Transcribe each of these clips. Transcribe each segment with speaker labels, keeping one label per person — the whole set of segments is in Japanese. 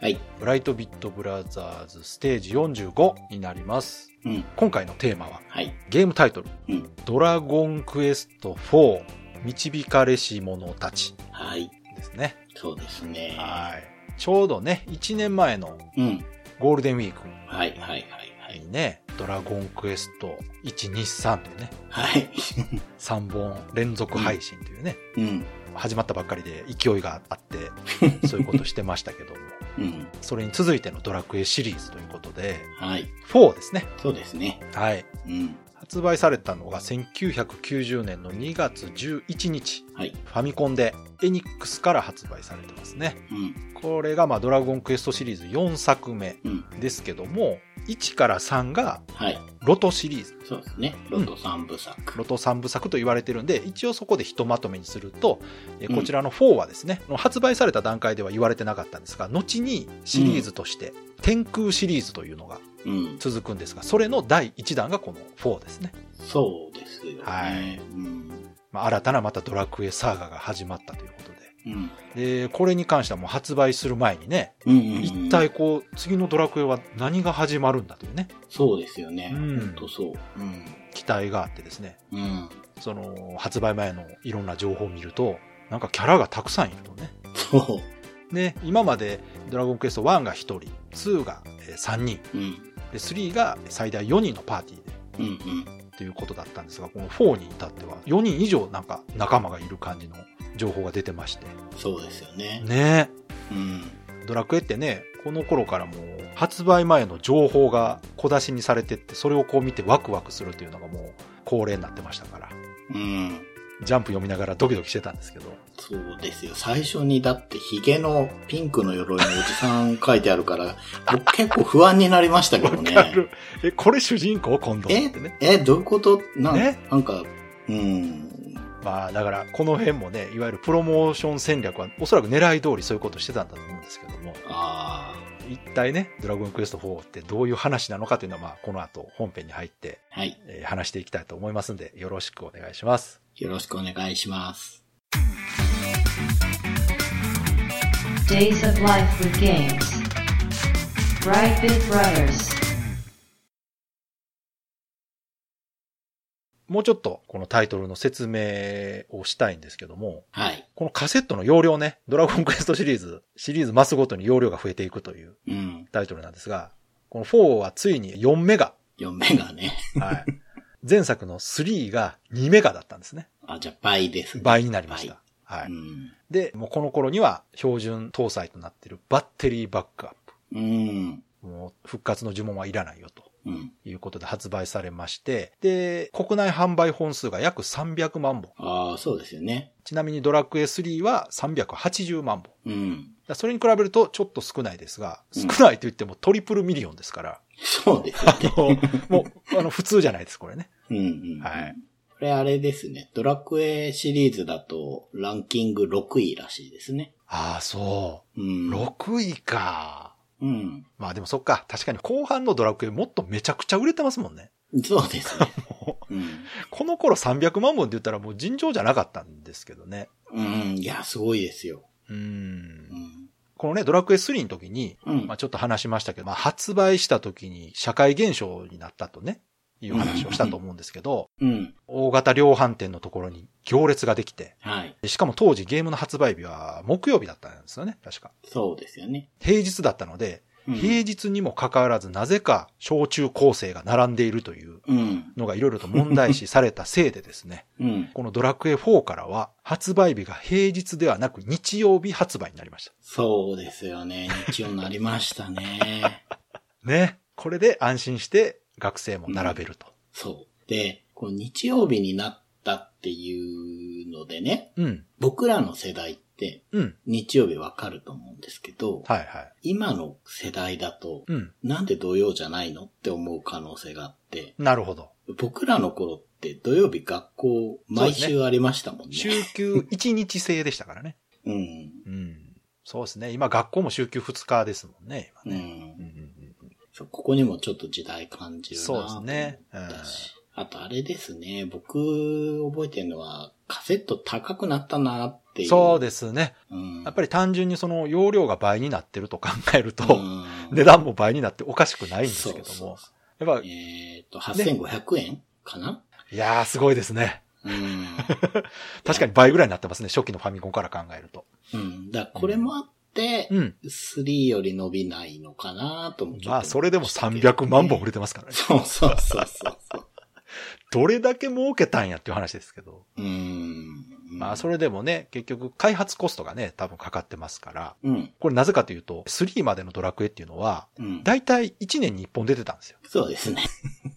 Speaker 1: はい。
Speaker 2: ブライトビットブラザーズステージ45になります。
Speaker 1: うん。
Speaker 2: 今回のテーマは
Speaker 1: はい。
Speaker 2: ゲームタイトル、
Speaker 1: うん
Speaker 2: ドラゴンクエスト4導かれし者たち
Speaker 1: はい。
Speaker 2: ですね。
Speaker 1: そうですね。
Speaker 2: はい。ちょうどね、1年前の
Speaker 1: うん。
Speaker 2: ゴールデンウィーク
Speaker 1: はい、はい、はい、はい。
Speaker 2: にね、ドラゴンクエスト123でね、
Speaker 1: はい。
Speaker 2: 3本連続配信というね、
Speaker 1: うん。
Speaker 2: 始まったばっかりで勢いがあって、そういうことしてましたけども、
Speaker 1: うん。
Speaker 2: それに続いてのドラクエシリーズということで、
Speaker 1: はい。
Speaker 2: 4ですね。
Speaker 1: そうですね。
Speaker 2: はい。
Speaker 1: うん。
Speaker 2: 発売されたのが1990年の2月11日、
Speaker 1: はい。
Speaker 2: ファミコンでエニックスから発売されてますね。
Speaker 1: うん。
Speaker 2: これがまあドラゴンクエストシリーズ4作目
Speaker 1: うん。
Speaker 2: ですけども、1から3が
Speaker 1: はい。
Speaker 2: ロトシリーズ、
Speaker 1: そうですね。ロト三部作。
Speaker 2: ロト3部作と言われてるんで、一応そこでひとまとめにすると、えーこちらの4はですね、発売された段階では言われてなかったんですが、後にシリーズとして、天空シリーズというのが
Speaker 1: うん。
Speaker 2: 続くんですが、それの第1弾がこの4ですね。
Speaker 1: そうですよね。
Speaker 2: はい
Speaker 1: うん。
Speaker 2: まあ、新たなまたドラクエサーガが始まったということ
Speaker 1: うん。
Speaker 2: で。で、これに関してはもう発売する前にね、
Speaker 1: うんうんうん。
Speaker 2: 一体こう、次のドラクエは何が始まるんだというね、
Speaker 1: そうですよね。
Speaker 2: うん
Speaker 1: ほんとそう。うん。
Speaker 2: 期待があってですね、
Speaker 1: うん。
Speaker 2: その、発売前のいろんな情報を見ると、なんかキャラがたくさんいるとね。
Speaker 1: そ
Speaker 2: ね、今までドラゴンクエスト1が1人、2がえー3人、
Speaker 1: う。うん。
Speaker 2: で3が最大4人のパーティーで
Speaker 1: うんうん。
Speaker 2: ということだったんですが、この4に至っては4人以上なんか仲間がいる感じの情報が出てまして。
Speaker 1: そうですよね。
Speaker 2: ね
Speaker 1: うん。
Speaker 2: ドラクエってね、この頃からもう発売前の情報が小出しにされてって、それをこう見てワクワクするというのがもう恒例になってましたから、
Speaker 1: うん。
Speaker 2: ジャンプ読みながらドキドキしてたんですけど、
Speaker 1: そうですよ。最初にだってヒゲのピンクの鎧のおじさん書いてあ るから、僕結構不安になりましたけどね。
Speaker 2: わかるえ、これ主人公今度
Speaker 1: え
Speaker 2: ってね。
Speaker 1: え、どういうことなん,、
Speaker 2: ね
Speaker 1: なんか、うん。
Speaker 2: まあだからこの辺もねいわゆるプロモーション戦略はおそらく狙い通りそういうことしてたんだと思うんですけども
Speaker 1: あ
Speaker 2: 一体ね「ドラゴンクエスト4」ってどういう話なのかというのはまあこの後本編に入って、
Speaker 1: あ。はい。
Speaker 2: えー話していきたいと思いますんでよろしくお願いします
Speaker 1: よろしくお願いします。
Speaker 3: Days of Life with Games. Brightbit Brothers.
Speaker 2: もうちょっとこのタイトルの説明をしたいんですけども
Speaker 1: はい。
Speaker 2: このカセットの容量ね「ドラゴンクエスト」シリーズシリーズ増すごとに容量が増えていくという
Speaker 1: うん。
Speaker 2: タイトルなんですがこの4はついに4メガ、
Speaker 1: 4メガね。
Speaker 2: はい、前作の3が2メガだったんですね
Speaker 1: あ、じゃあ倍です、ね。
Speaker 2: 倍になりました。はい。
Speaker 1: うん。
Speaker 2: で、もうこの頃には標準搭載となっているバッテリーバックアッ
Speaker 1: うん。
Speaker 2: プ。もう復活の呪文はいらないよと
Speaker 1: うん。
Speaker 2: いうことで発売されまして、で、国内販売本数が約300万本。
Speaker 1: ああ、そうですよね。
Speaker 2: ちなみにドラクエ3は380万本。
Speaker 1: うん。
Speaker 2: だそれに比べるとちょっと少ないですが、少ないと言ってもトリプルミリオンですから、
Speaker 1: そうで すよ
Speaker 2: あの、もう、あの、普通じゃないです、これね。
Speaker 1: うんうん。
Speaker 2: はい。
Speaker 1: これあれですね。ドラクエシリーズだとランキング6位らしいですね。
Speaker 2: ああ、そうう。
Speaker 1: ん。
Speaker 2: 6位か。
Speaker 1: うん。
Speaker 2: まあでもそっか、確かに後半のドラクエもっとめちゃくちゃ売れてますもんね。
Speaker 1: そうです ね。
Speaker 2: も
Speaker 1: うん。
Speaker 2: うこの頃300万本って言ったらもう尋常じゃなかったんですけどね。
Speaker 1: うん。いや、すごいですよ。
Speaker 2: うーん
Speaker 1: うん。
Speaker 2: このね、ドラクエ3の時に、
Speaker 1: うん
Speaker 2: まあちょっと話しましたけど、まあ発売した時に社会現象になったとね、いう話をしたと思うんですけど、
Speaker 1: うん。
Speaker 2: 大型量販店のところに行列ができて、
Speaker 1: はい。
Speaker 2: しかも当時ゲームの発売日は木曜日だったんですよね、確か。
Speaker 1: そうですよね。
Speaker 2: 平日だったので、
Speaker 1: うん
Speaker 2: 平日にもかかわらずなぜか小中高生が並んでいるという
Speaker 1: うん。
Speaker 2: のがいろいろと問題視されたせいでですね、
Speaker 1: うん。
Speaker 2: このドラクエ4からは発売日が平日ではなく日曜日発売になりまし
Speaker 1: そうですよね。日曜になりましたね。
Speaker 2: た。ね。これで安心して学生も並べると。
Speaker 1: そう。で、こう日曜日になったっていうのでね、
Speaker 2: うん。
Speaker 1: 僕らの世代って
Speaker 2: うん。
Speaker 1: 日曜日わかると思うんですけど、
Speaker 2: はいはい。
Speaker 1: 今の世代だと、
Speaker 2: うん。
Speaker 1: なんで土曜じゃないのって思う可能性があって、
Speaker 2: なるほど。
Speaker 1: 僕らの頃って土曜日学校毎週ありましたもんね。
Speaker 2: 週休1日制でしたからね。
Speaker 1: うん。
Speaker 2: うん。そうですね。今、学校も週休2日ですもんね、今
Speaker 1: う
Speaker 2: ね。
Speaker 1: ん
Speaker 2: う。んうんうん
Speaker 1: そうここにもちょっと時代感じるなと
Speaker 2: そうです
Speaker 1: 思っ
Speaker 2: ね。う
Speaker 1: たし。あとあれですね、僕覚えてるのはカセット高くなったなってい
Speaker 2: ん。
Speaker 1: う。
Speaker 2: そうですね。
Speaker 1: うん。
Speaker 2: やっぱり単純にその容量が倍になってると考える
Speaker 1: う
Speaker 2: と、
Speaker 1: ん
Speaker 2: 値段も倍になっておかしくないんですけど
Speaker 1: そうそう
Speaker 2: も
Speaker 1: そ。
Speaker 2: やっぱ、
Speaker 1: えっ、と、8500円かな、
Speaker 2: いやーすごいですね。
Speaker 1: うん。
Speaker 2: 確かに倍ぐらいになってますね。初期のファミコンから考えると。
Speaker 1: うん。だからこれもあって、
Speaker 2: うん。
Speaker 1: 3より伸びないのかなともちょっと
Speaker 2: まあ、それでも300万本売
Speaker 1: ね
Speaker 2: れてますからね。
Speaker 1: そうそうそうそうそう。
Speaker 2: どれだけ儲けたんやっていう話ですけど。
Speaker 1: うーん。
Speaker 2: まあ、それでもね、結局、開発コストがね、多分かかってますから。
Speaker 1: うん。
Speaker 2: これなぜかというと、3までのドラクエっていうのは、
Speaker 1: うん。
Speaker 2: だいたい1年に1本出てたんですよ。
Speaker 1: そうですね。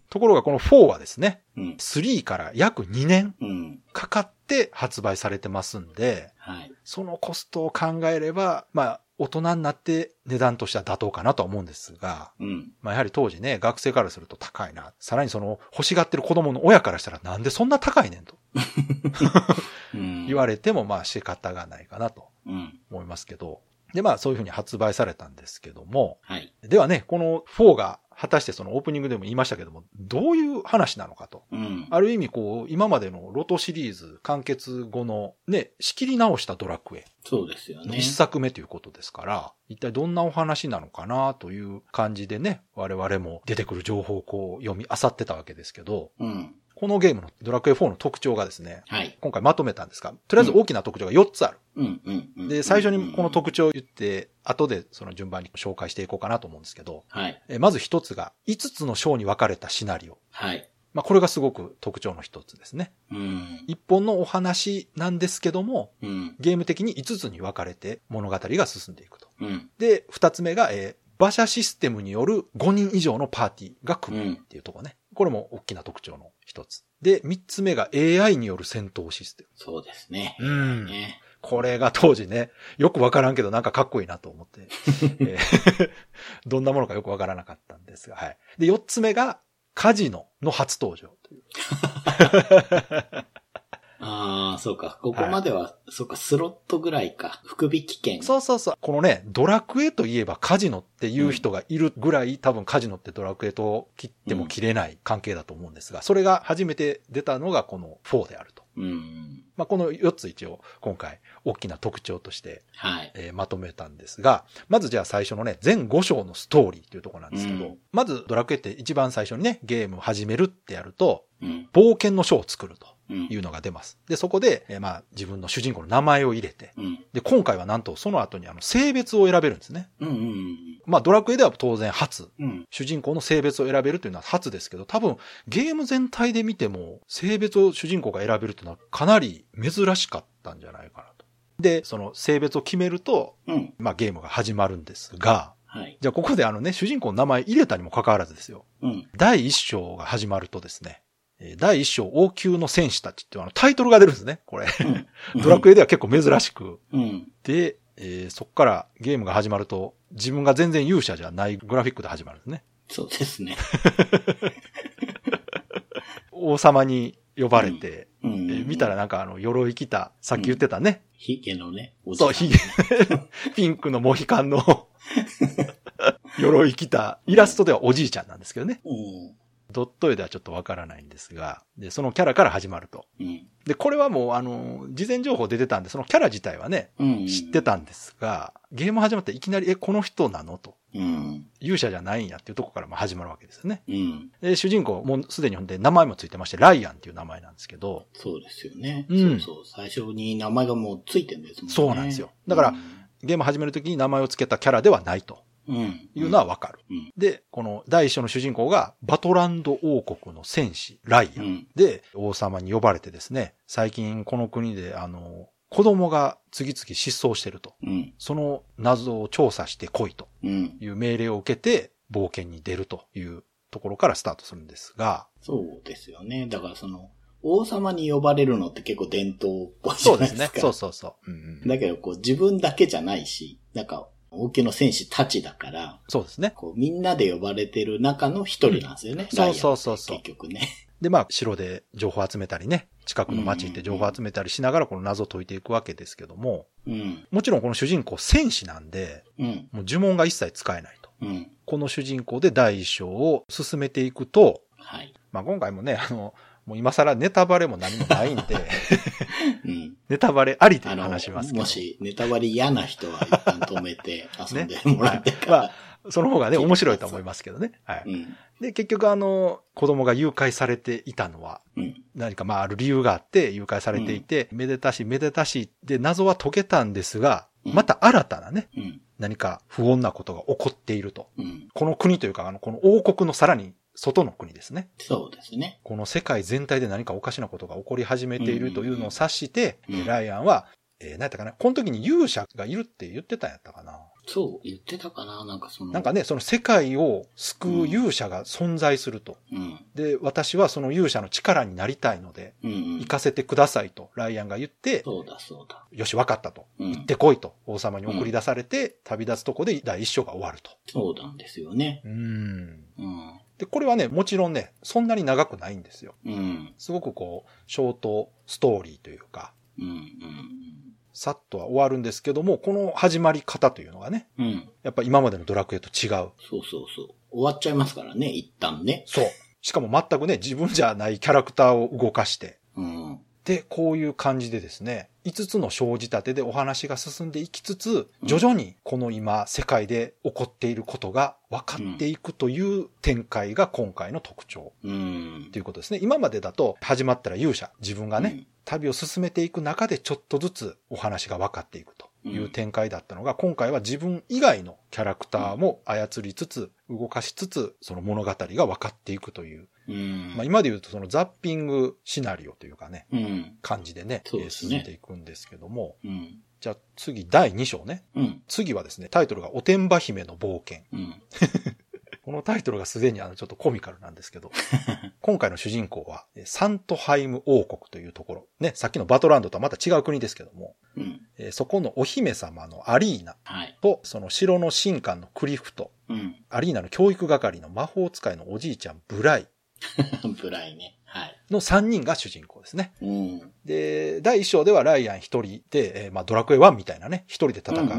Speaker 2: ところがこの4はですね、
Speaker 1: うん。
Speaker 2: 3から約2年
Speaker 1: うん。
Speaker 2: かかって発売されてますんで、
Speaker 1: はい。
Speaker 2: そのコストを考えれば、まあ、大人になって値段としては妥当かなとは思うんですが、
Speaker 1: うん。
Speaker 2: まあ、やはり当時ね、学生からすると高いな。さらにその、欲しがってる子供の親からしたら、なんでそんな高いねんと
Speaker 1: うん。
Speaker 2: 言われても、まあ仕方がないかなと
Speaker 1: うん。
Speaker 2: 思いますけど。で、まあそういうふうに発売されたんですけども、
Speaker 1: はい。
Speaker 2: ではね、この4が果たしてそのオープニングでも言いましたけども、どういう話なのかと。
Speaker 1: うん。
Speaker 2: ある意味こう、今までのロトシリーズ完結後のね、仕切り直したドラクエ
Speaker 1: そうですよ
Speaker 2: の
Speaker 1: ね。
Speaker 2: 一作目ということですから、一体どんなお話なのかなという感じでね、我々も出てくる情報をこう読み漁ってたわけですけど、
Speaker 1: うん。
Speaker 2: このゲームのドラクエ4の特徴がですね、
Speaker 1: はい。
Speaker 2: 今回まとめたんですが、とりあえず大きな特徴が4つある。
Speaker 1: うん。うん。うん
Speaker 2: で、最初にこの。特徴を言って、後でその順番に紹介していこうかなと思うんですけど、
Speaker 1: はい。
Speaker 2: えまず一つが、5つの章に分かれたシナリオ。
Speaker 1: はい。
Speaker 2: まあ、これがすごく特徴の一つですね。
Speaker 1: うん。
Speaker 2: 一本のお話なんですけども、
Speaker 1: うん。
Speaker 2: ゲーム的に5つに分かれて物語が進んでいくと。
Speaker 1: うん。
Speaker 2: で、二つ目が、えー馬車システムによる5人以上のパーティーが
Speaker 1: う
Speaker 2: 組むっ
Speaker 1: ん。
Speaker 2: ていうところね。これも大きな特徴の一つ。で、三つ目が AI による戦闘システ
Speaker 1: そうですね。
Speaker 2: ム。うん
Speaker 1: ね。
Speaker 2: これが当時ね、よくわからんけどなんかかっこいいなと思 って、えー どんなものかよくわからなかったんですが、はい。で、四つ目がカジノの初登場という。
Speaker 1: ああ、そうか。ここまでは、そうか、スロットぐらいか。福引券。
Speaker 2: そうそうそう。このね、ドラクエといえばカジノっていう人がいるぐらい、多分カジノってドラクエと切っても切れない関係だと思うんですが、それが初めて出たのがこの4であると。
Speaker 1: うん。
Speaker 2: まあ、この4つ一応今回大きな特徴として、
Speaker 1: はい。
Speaker 2: えーまとめたんですが、まずじゃあ最初のね、全5章のストーリーというところなんですけど、
Speaker 1: うん
Speaker 2: まずドラクエって一番最初にね、ゲームを始めるってやると、
Speaker 1: うん。
Speaker 2: 冒険の章を作ると
Speaker 1: うん
Speaker 2: いうのが出ます。で、そこで、えーまあ自分の主人公の名前を入れて、
Speaker 1: うん。
Speaker 2: で、今回はなんとその後にあの性別を選べるんですね。
Speaker 1: うん。うん。
Speaker 2: まあドラクエでは当然初。
Speaker 1: うん。
Speaker 2: 主人公の性別を選べるというのは初ですけど、多分ゲーム全体で見ても性別を主人公が選べるというのはかなり珍しかったんじゃないかなと。で、その性別を決めると、
Speaker 1: うん。
Speaker 2: まあゲームが始まるんですが、
Speaker 1: はい。
Speaker 2: じゃあここであのね、主人公の名前入れたにもかかわらずですよ。
Speaker 1: うん。
Speaker 2: 第1章が始まるとですね、えー第1章王宮の戦士たちっていうあのタイトルが出るんですね、これ。ドラクエでは結構珍しく。
Speaker 1: エ。うん。
Speaker 2: で、えーそこからゲームが始まると、自分が全然勇者じゃないグラフィックで始まるんですね。
Speaker 1: そうですね。
Speaker 2: 王様に呼ばれて、
Speaker 1: うん
Speaker 2: えー見たら。なんかあの、鎧着た、さっき言ってたね、
Speaker 1: ヒゲのね、お
Speaker 2: そう、ひげ ピンクのモヒカンの、 鎧着た、イラストではおじいちゃんなんですけどね。
Speaker 1: うん。
Speaker 2: ドット絵ではちょっとわからないんですが、で、そのキャラから始まると。
Speaker 1: うん。
Speaker 2: で、これはもう、あの、事前情報出てたんで、そのキャラ自体はね、
Speaker 1: うん。
Speaker 2: 知って。たんですが、ゲーム始まっていきなり、え、この人なのと。
Speaker 1: うん。
Speaker 2: 勇者じゃないんやっていうとこからも始まるわけですよね。
Speaker 1: うん。
Speaker 2: で、主人公、もうすでにほんで名前もついてまして、ライアンっていう名前なんですけど、
Speaker 1: そうですよね。
Speaker 2: うん
Speaker 1: そうそう。最初に名前がもうついてんですもんね。
Speaker 2: そうなんですよだからゲーム始めるときに名前を付けたキャラではないと
Speaker 1: うん、うん。
Speaker 2: いうのはわかる。
Speaker 1: うん
Speaker 2: で、この第一章の主人公が、バトランド王国の戦士、ライ
Speaker 1: う
Speaker 2: アン。
Speaker 1: ん。
Speaker 2: で、王様に呼ばれてですね、最近この国で、あの、子供が次々失踪してると。
Speaker 1: うん。
Speaker 2: その謎を調査してこいと
Speaker 1: うん。
Speaker 2: いう命令を受けて、冒険に出るというところからスタートするんですが、
Speaker 1: そうですよね。だからその、王様に呼ばれるのって結構伝統っぽいじ
Speaker 2: そ
Speaker 1: ゃ
Speaker 2: うで
Speaker 1: ない
Speaker 2: す
Speaker 1: です
Speaker 2: ね
Speaker 1: か。。
Speaker 2: そうそうそう。うんうん、
Speaker 1: だけど、こう、自分だけじゃないし、なんか、王家の戦士たちだから、
Speaker 2: そうですね。
Speaker 1: こう、みんなで呼ばれてる中の一人なんですよね。
Speaker 2: そうそうそう
Speaker 1: そ。
Speaker 2: そうう
Speaker 1: 結。局ね。
Speaker 2: で、まあ、城で情報集めたりね、近くの町行って情報集めたりしながら、この謎を解いていくわけですけども、
Speaker 1: うん。
Speaker 2: もちろんこの主人公戦士なんで、
Speaker 1: うん。
Speaker 2: もう呪文が一切使えないと。
Speaker 1: うん。
Speaker 2: この主人公で第一章を進めていくと、
Speaker 1: はい。
Speaker 2: まあ、今回もね、あの、もう今更ネタバレも何もないん で、
Speaker 1: うん。
Speaker 2: ネタバレありで
Speaker 1: あの、
Speaker 2: 話しますけど。
Speaker 1: もし、ネタバレ嫌な人は一旦止めて 遊んでもらってか
Speaker 2: ま
Speaker 1: ら。
Speaker 2: あ、その方がね、面白いと思いますけどね。は
Speaker 1: う
Speaker 2: い。
Speaker 1: ん。
Speaker 2: で、結局あの、子供が誘拐されていたのは、
Speaker 1: うん。
Speaker 2: 何かまあある理由があって誘拐されていて、めでたしめでたしで謎は解けたんですが、
Speaker 1: うん
Speaker 2: また新たなね、
Speaker 1: うん。
Speaker 2: 何か不穏なことが起こっていると。
Speaker 1: うん。
Speaker 2: この国というか、あの、この王国のさらに外の国ですね。
Speaker 1: そうですね。
Speaker 2: この世界全体で何かおかしなことが起こり始めているというのを察して、
Speaker 1: うん
Speaker 2: えーライアンは、えー何やったかなこの時に勇者がいるって言ってたんやったかな
Speaker 1: そう、言ってたかななんかその。
Speaker 2: なんかね、その世界を救う勇者が存在すると。
Speaker 1: うん。
Speaker 2: で、私はその勇者の力になりたいので、
Speaker 1: うん、うん
Speaker 2: 行。かせてくださいと、ライアンが言って、
Speaker 1: そうだ、そうだ。
Speaker 2: よし、わかったと。
Speaker 1: うん
Speaker 2: 行ってこいと。王様に送り出されて、旅立つとこで第一章が終わると。
Speaker 1: そうなんですよね。
Speaker 2: うん。
Speaker 1: うん。
Speaker 2: で、これはね、もちろんね、そんなに長くないんですよ。
Speaker 1: うん。
Speaker 2: すごくこう、ショートストーリーというか、
Speaker 1: うん。
Speaker 2: さっとは終わるんですけども、この始まり方というのがね、
Speaker 1: うん。うん。
Speaker 2: やっぱ今までのドラクエと違う。
Speaker 1: そうそうそう。終わっちゃいますからね、一旦ね。
Speaker 2: そう。しかも全くね、自分じゃないキャラクターを動かして、
Speaker 1: うん。
Speaker 2: で、こういう感じでですね、5つの生じ立てでお話が進んでいきつつ、徐々にこの今、世界で起こっていることが分かっていくという展開が今回の特徴
Speaker 1: うん
Speaker 2: と。いうことですね。今までだと、始まったら勇者、自分がね、
Speaker 1: うん
Speaker 2: 旅を進めていく中でちょっとずつお話が分かっていくという展開だったのが、今回は自分以外のキャラクターも操りつつ、動かしつつ、その物語が分かっていくという、
Speaker 1: うん。
Speaker 2: まあ、今で言うとそのザッピングシナリオというかね、
Speaker 1: うん。
Speaker 2: 感じでね、
Speaker 1: そうですね
Speaker 2: 進んでいくんですけども、
Speaker 1: うん。
Speaker 2: じゃあ次第2章ね。
Speaker 1: うん。
Speaker 2: 次はですね、タイトルがおてんば姫の冒険。
Speaker 1: うん。
Speaker 2: このタイトルがすでにあのちょっとコミカルなんです けど、今回の主人公はえーサントハイム王国というところ、ね、さっきのバトランドとはまた違う国ですけども、
Speaker 1: うん。
Speaker 2: えーそこのお姫様のアリーナ
Speaker 1: はい。
Speaker 2: と、その城の神官のクリフト、
Speaker 1: うん。
Speaker 2: アリーナの教育係の魔法使いのおじいちゃんブライ
Speaker 1: ブライね。はい。
Speaker 2: の3人が主人公ですね。
Speaker 1: うん。
Speaker 2: で、第1章ではライアン1人で、えーまあドラクエ1みたいなね、1人で戦う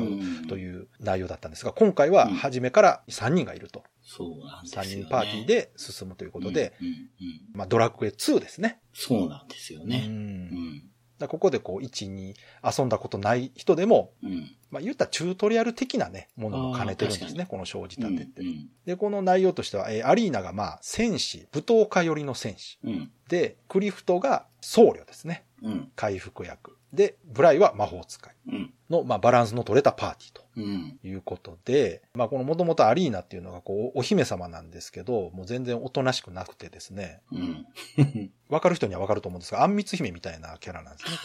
Speaker 2: と
Speaker 1: うん。
Speaker 2: いう内容だったんですが、今回は
Speaker 1: うん
Speaker 2: 初めから3人がいると。
Speaker 1: そうなんですよ、
Speaker 2: 3
Speaker 1: ね。
Speaker 2: 人パーティーで進むということで、
Speaker 1: うん。うん。うん
Speaker 2: まあ、ドラクエ2ですね。
Speaker 1: そうなんですよ
Speaker 2: う。
Speaker 1: ね。うん
Speaker 2: だか
Speaker 1: ん。
Speaker 2: らここでこう、1、2、遊んだことない人でも、
Speaker 1: うん。
Speaker 2: まあ、言ったらチュートリアル的なね、ものを兼ねてるんで
Speaker 1: あー
Speaker 2: す
Speaker 1: 確か
Speaker 2: ね、この生じ立てって。
Speaker 1: うん。
Speaker 2: で、この内容としては、えーアリーナがまあ、戦士、舞踏家寄りの戦士。
Speaker 1: うん。
Speaker 2: で、クリフトが僧侶ですね。
Speaker 1: うん。
Speaker 2: 回復役。で、ブライは魔法使い
Speaker 1: うん。
Speaker 2: の、まあ、バランスの取れたパーティーと。
Speaker 1: うん。
Speaker 2: いうことで、まあこの元々アリーナっていうのがこうお姫様なんですけど、もう全然おとなしくなくてですね、
Speaker 1: うん。
Speaker 2: わかる人にはわかると思うんですが、あんみつ姫みたいなキャラなんですね。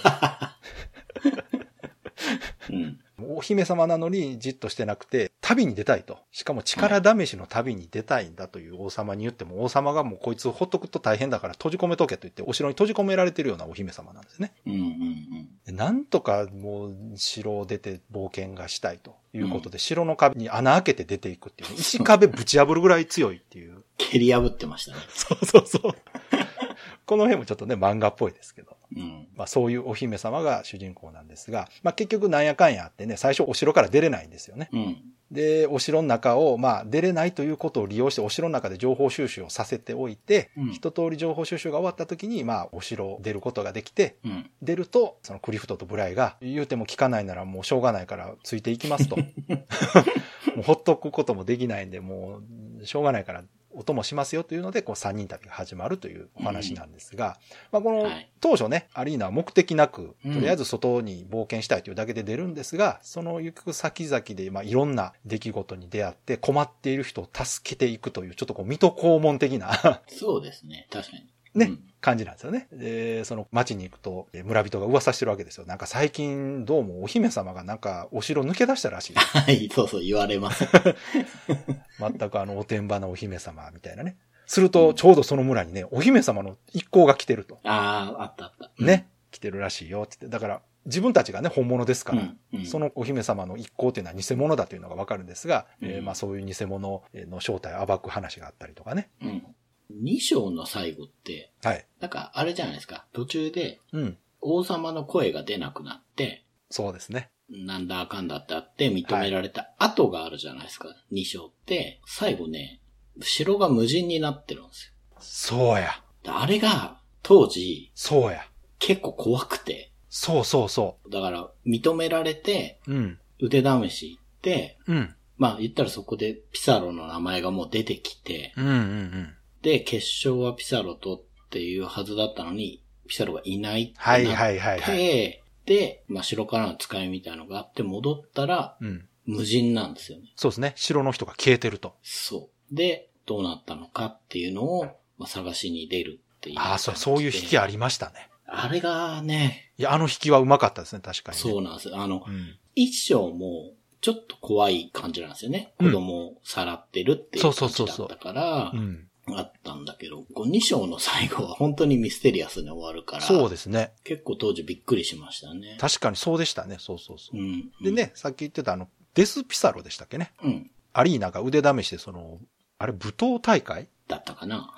Speaker 1: うん。
Speaker 2: お姫様なのにじっとしてなくて、旅に出たいと。しかも力試しの旅に出たいんだという王様に言っても、王様がもうこいつほっとくと大変だから閉じ込めとけと言って、お城に閉じ込められてるようなお姫様なんですね。
Speaker 1: うん。うん。
Speaker 2: でなんとかもう城を出て冒険がしたいということで、城の壁に穴開けて出ていくっていう、石壁ぶち破るぐらい強いっていう。
Speaker 1: 蹴り破ってましたね。
Speaker 2: そうそうそう。この辺もちょっとね、漫画っぽいですけど。
Speaker 1: うん。
Speaker 2: まあそういうお姫様が主人公なんですが、まあ結局なんやかんやあってね、最初お城から出れないんですよね。
Speaker 1: うん。
Speaker 2: で、お城の中を、まあ出れないということを利用してお城の中で情報収集をさせておいて、
Speaker 1: うん
Speaker 2: 一通り情報収集が終わった時に、まあお城を出ることができて、
Speaker 1: うん。
Speaker 2: 出ると、そのクリフトとブライが、言うても聞かないならもうしょうがないからついていき ますと。も うほっとくこともできないんで、もうしょうがないから音もしますよというので、こう三人旅が始まるというお話なんですが、まあこの
Speaker 1: はい
Speaker 2: 当初ね、アリーナは目的なく、
Speaker 1: うん
Speaker 2: とりあえず外に冒険したいというだけで出るんですが、その行く先々で、まあいろんな出来事に出会って困っている人を助けていくという、ちょっとこう水戸黄門的な
Speaker 1: そうですね。確かに。
Speaker 2: ね感じなんですよね。で、その町に行くと、えー村人が噂してるわけですよ。なんか最近どうもお姫様がなんかお城抜け出した らしい。
Speaker 1: はい、そうそう、言われます。
Speaker 2: 全くあのおてんばのお姫様みたいなね。すると、ちょうどその村にね、お姫様の一行が来てると。
Speaker 1: ああ、あったあった。うん。
Speaker 2: ね、来てるらしいよって言って。だから、自分たちがね、本物ですから、
Speaker 1: うん。うん
Speaker 2: そのお姫様の一行っていうのは偽物だというのがわかるんですが、
Speaker 1: うん
Speaker 2: えーまあそういう偽物の正体を暴く話があったりとかね。
Speaker 1: うん。2章の最後って、
Speaker 2: はい。
Speaker 1: なんかあれじゃないですか。途中で
Speaker 2: うん。
Speaker 1: 王様の声が出なくなって、
Speaker 2: そうですね。
Speaker 1: なんだあかんだってあって認められた後があるじゃないですか。2章って、最後ね、城が無人になってるんです
Speaker 2: そうや。
Speaker 1: よ。であれが当時
Speaker 2: そうや。
Speaker 1: 結構怖くて、
Speaker 2: そうそうそ
Speaker 1: だから認められて
Speaker 2: う。うん。
Speaker 1: 腕試し行って、
Speaker 2: うん。
Speaker 1: まあ言ったらそこでピサロの名前がもう出てきて、
Speaker 2: うんうんうん。
Speaker 1: で、決勝はピサロとっていうはずだったのに、ピサロがいないってなっ
Speaker 2: は
Speaker 1: て、
Speaker 2: いはいはいはい。
Speaker 1: で、まあ城からの使いみたいなのがあって戻ったら
Speaker 2: うん。
Speaker 1: 無人なんですよね。
Speaker 2: そうですね。城の人が消えてると。
Speaker 1: そう。で、どうなったのかっていうのを、まあ、探しに出るっていう。
Speaker 2: ああ、そう、そういう引きありましたね。
Speaker 1: あれがね、
Speaker 2: いや、あの引きはうまかったですね、確かにね、
Speaker 1: そうなんですよ。あの
Speaker 2: う、ん。
Speaker 1: 一章も、ちょっと怖い感じなんですよね。
Speaker 2: うん
Speaker 1: 子供をさらってるってい
Speaker 2: そ
Speaker 1: う感
Speaker 2: うそうそう
Speaker 1: じだ
Speaker 2: そう
Speaker 1: ったから
Speaker 2: う、ん。
Speaker 1: あったんだけど、こう2章の最後は本当にミステリアスに終わるから、
Speaker 2: そうですね。
Speaker 1: 結構当時びっくりしましたね。
Speaker 2: 確かにそうでしたね。そうそうそうう。
Speaker 1: ん。
Speaker 2: でね、さっき言ってたあの、デスピサロでしたっけね。
Speaker 1: うん。
Speaker 2: アリーナが腕試して、その、あれ、舞踏大会
Speaker 1: だったかな。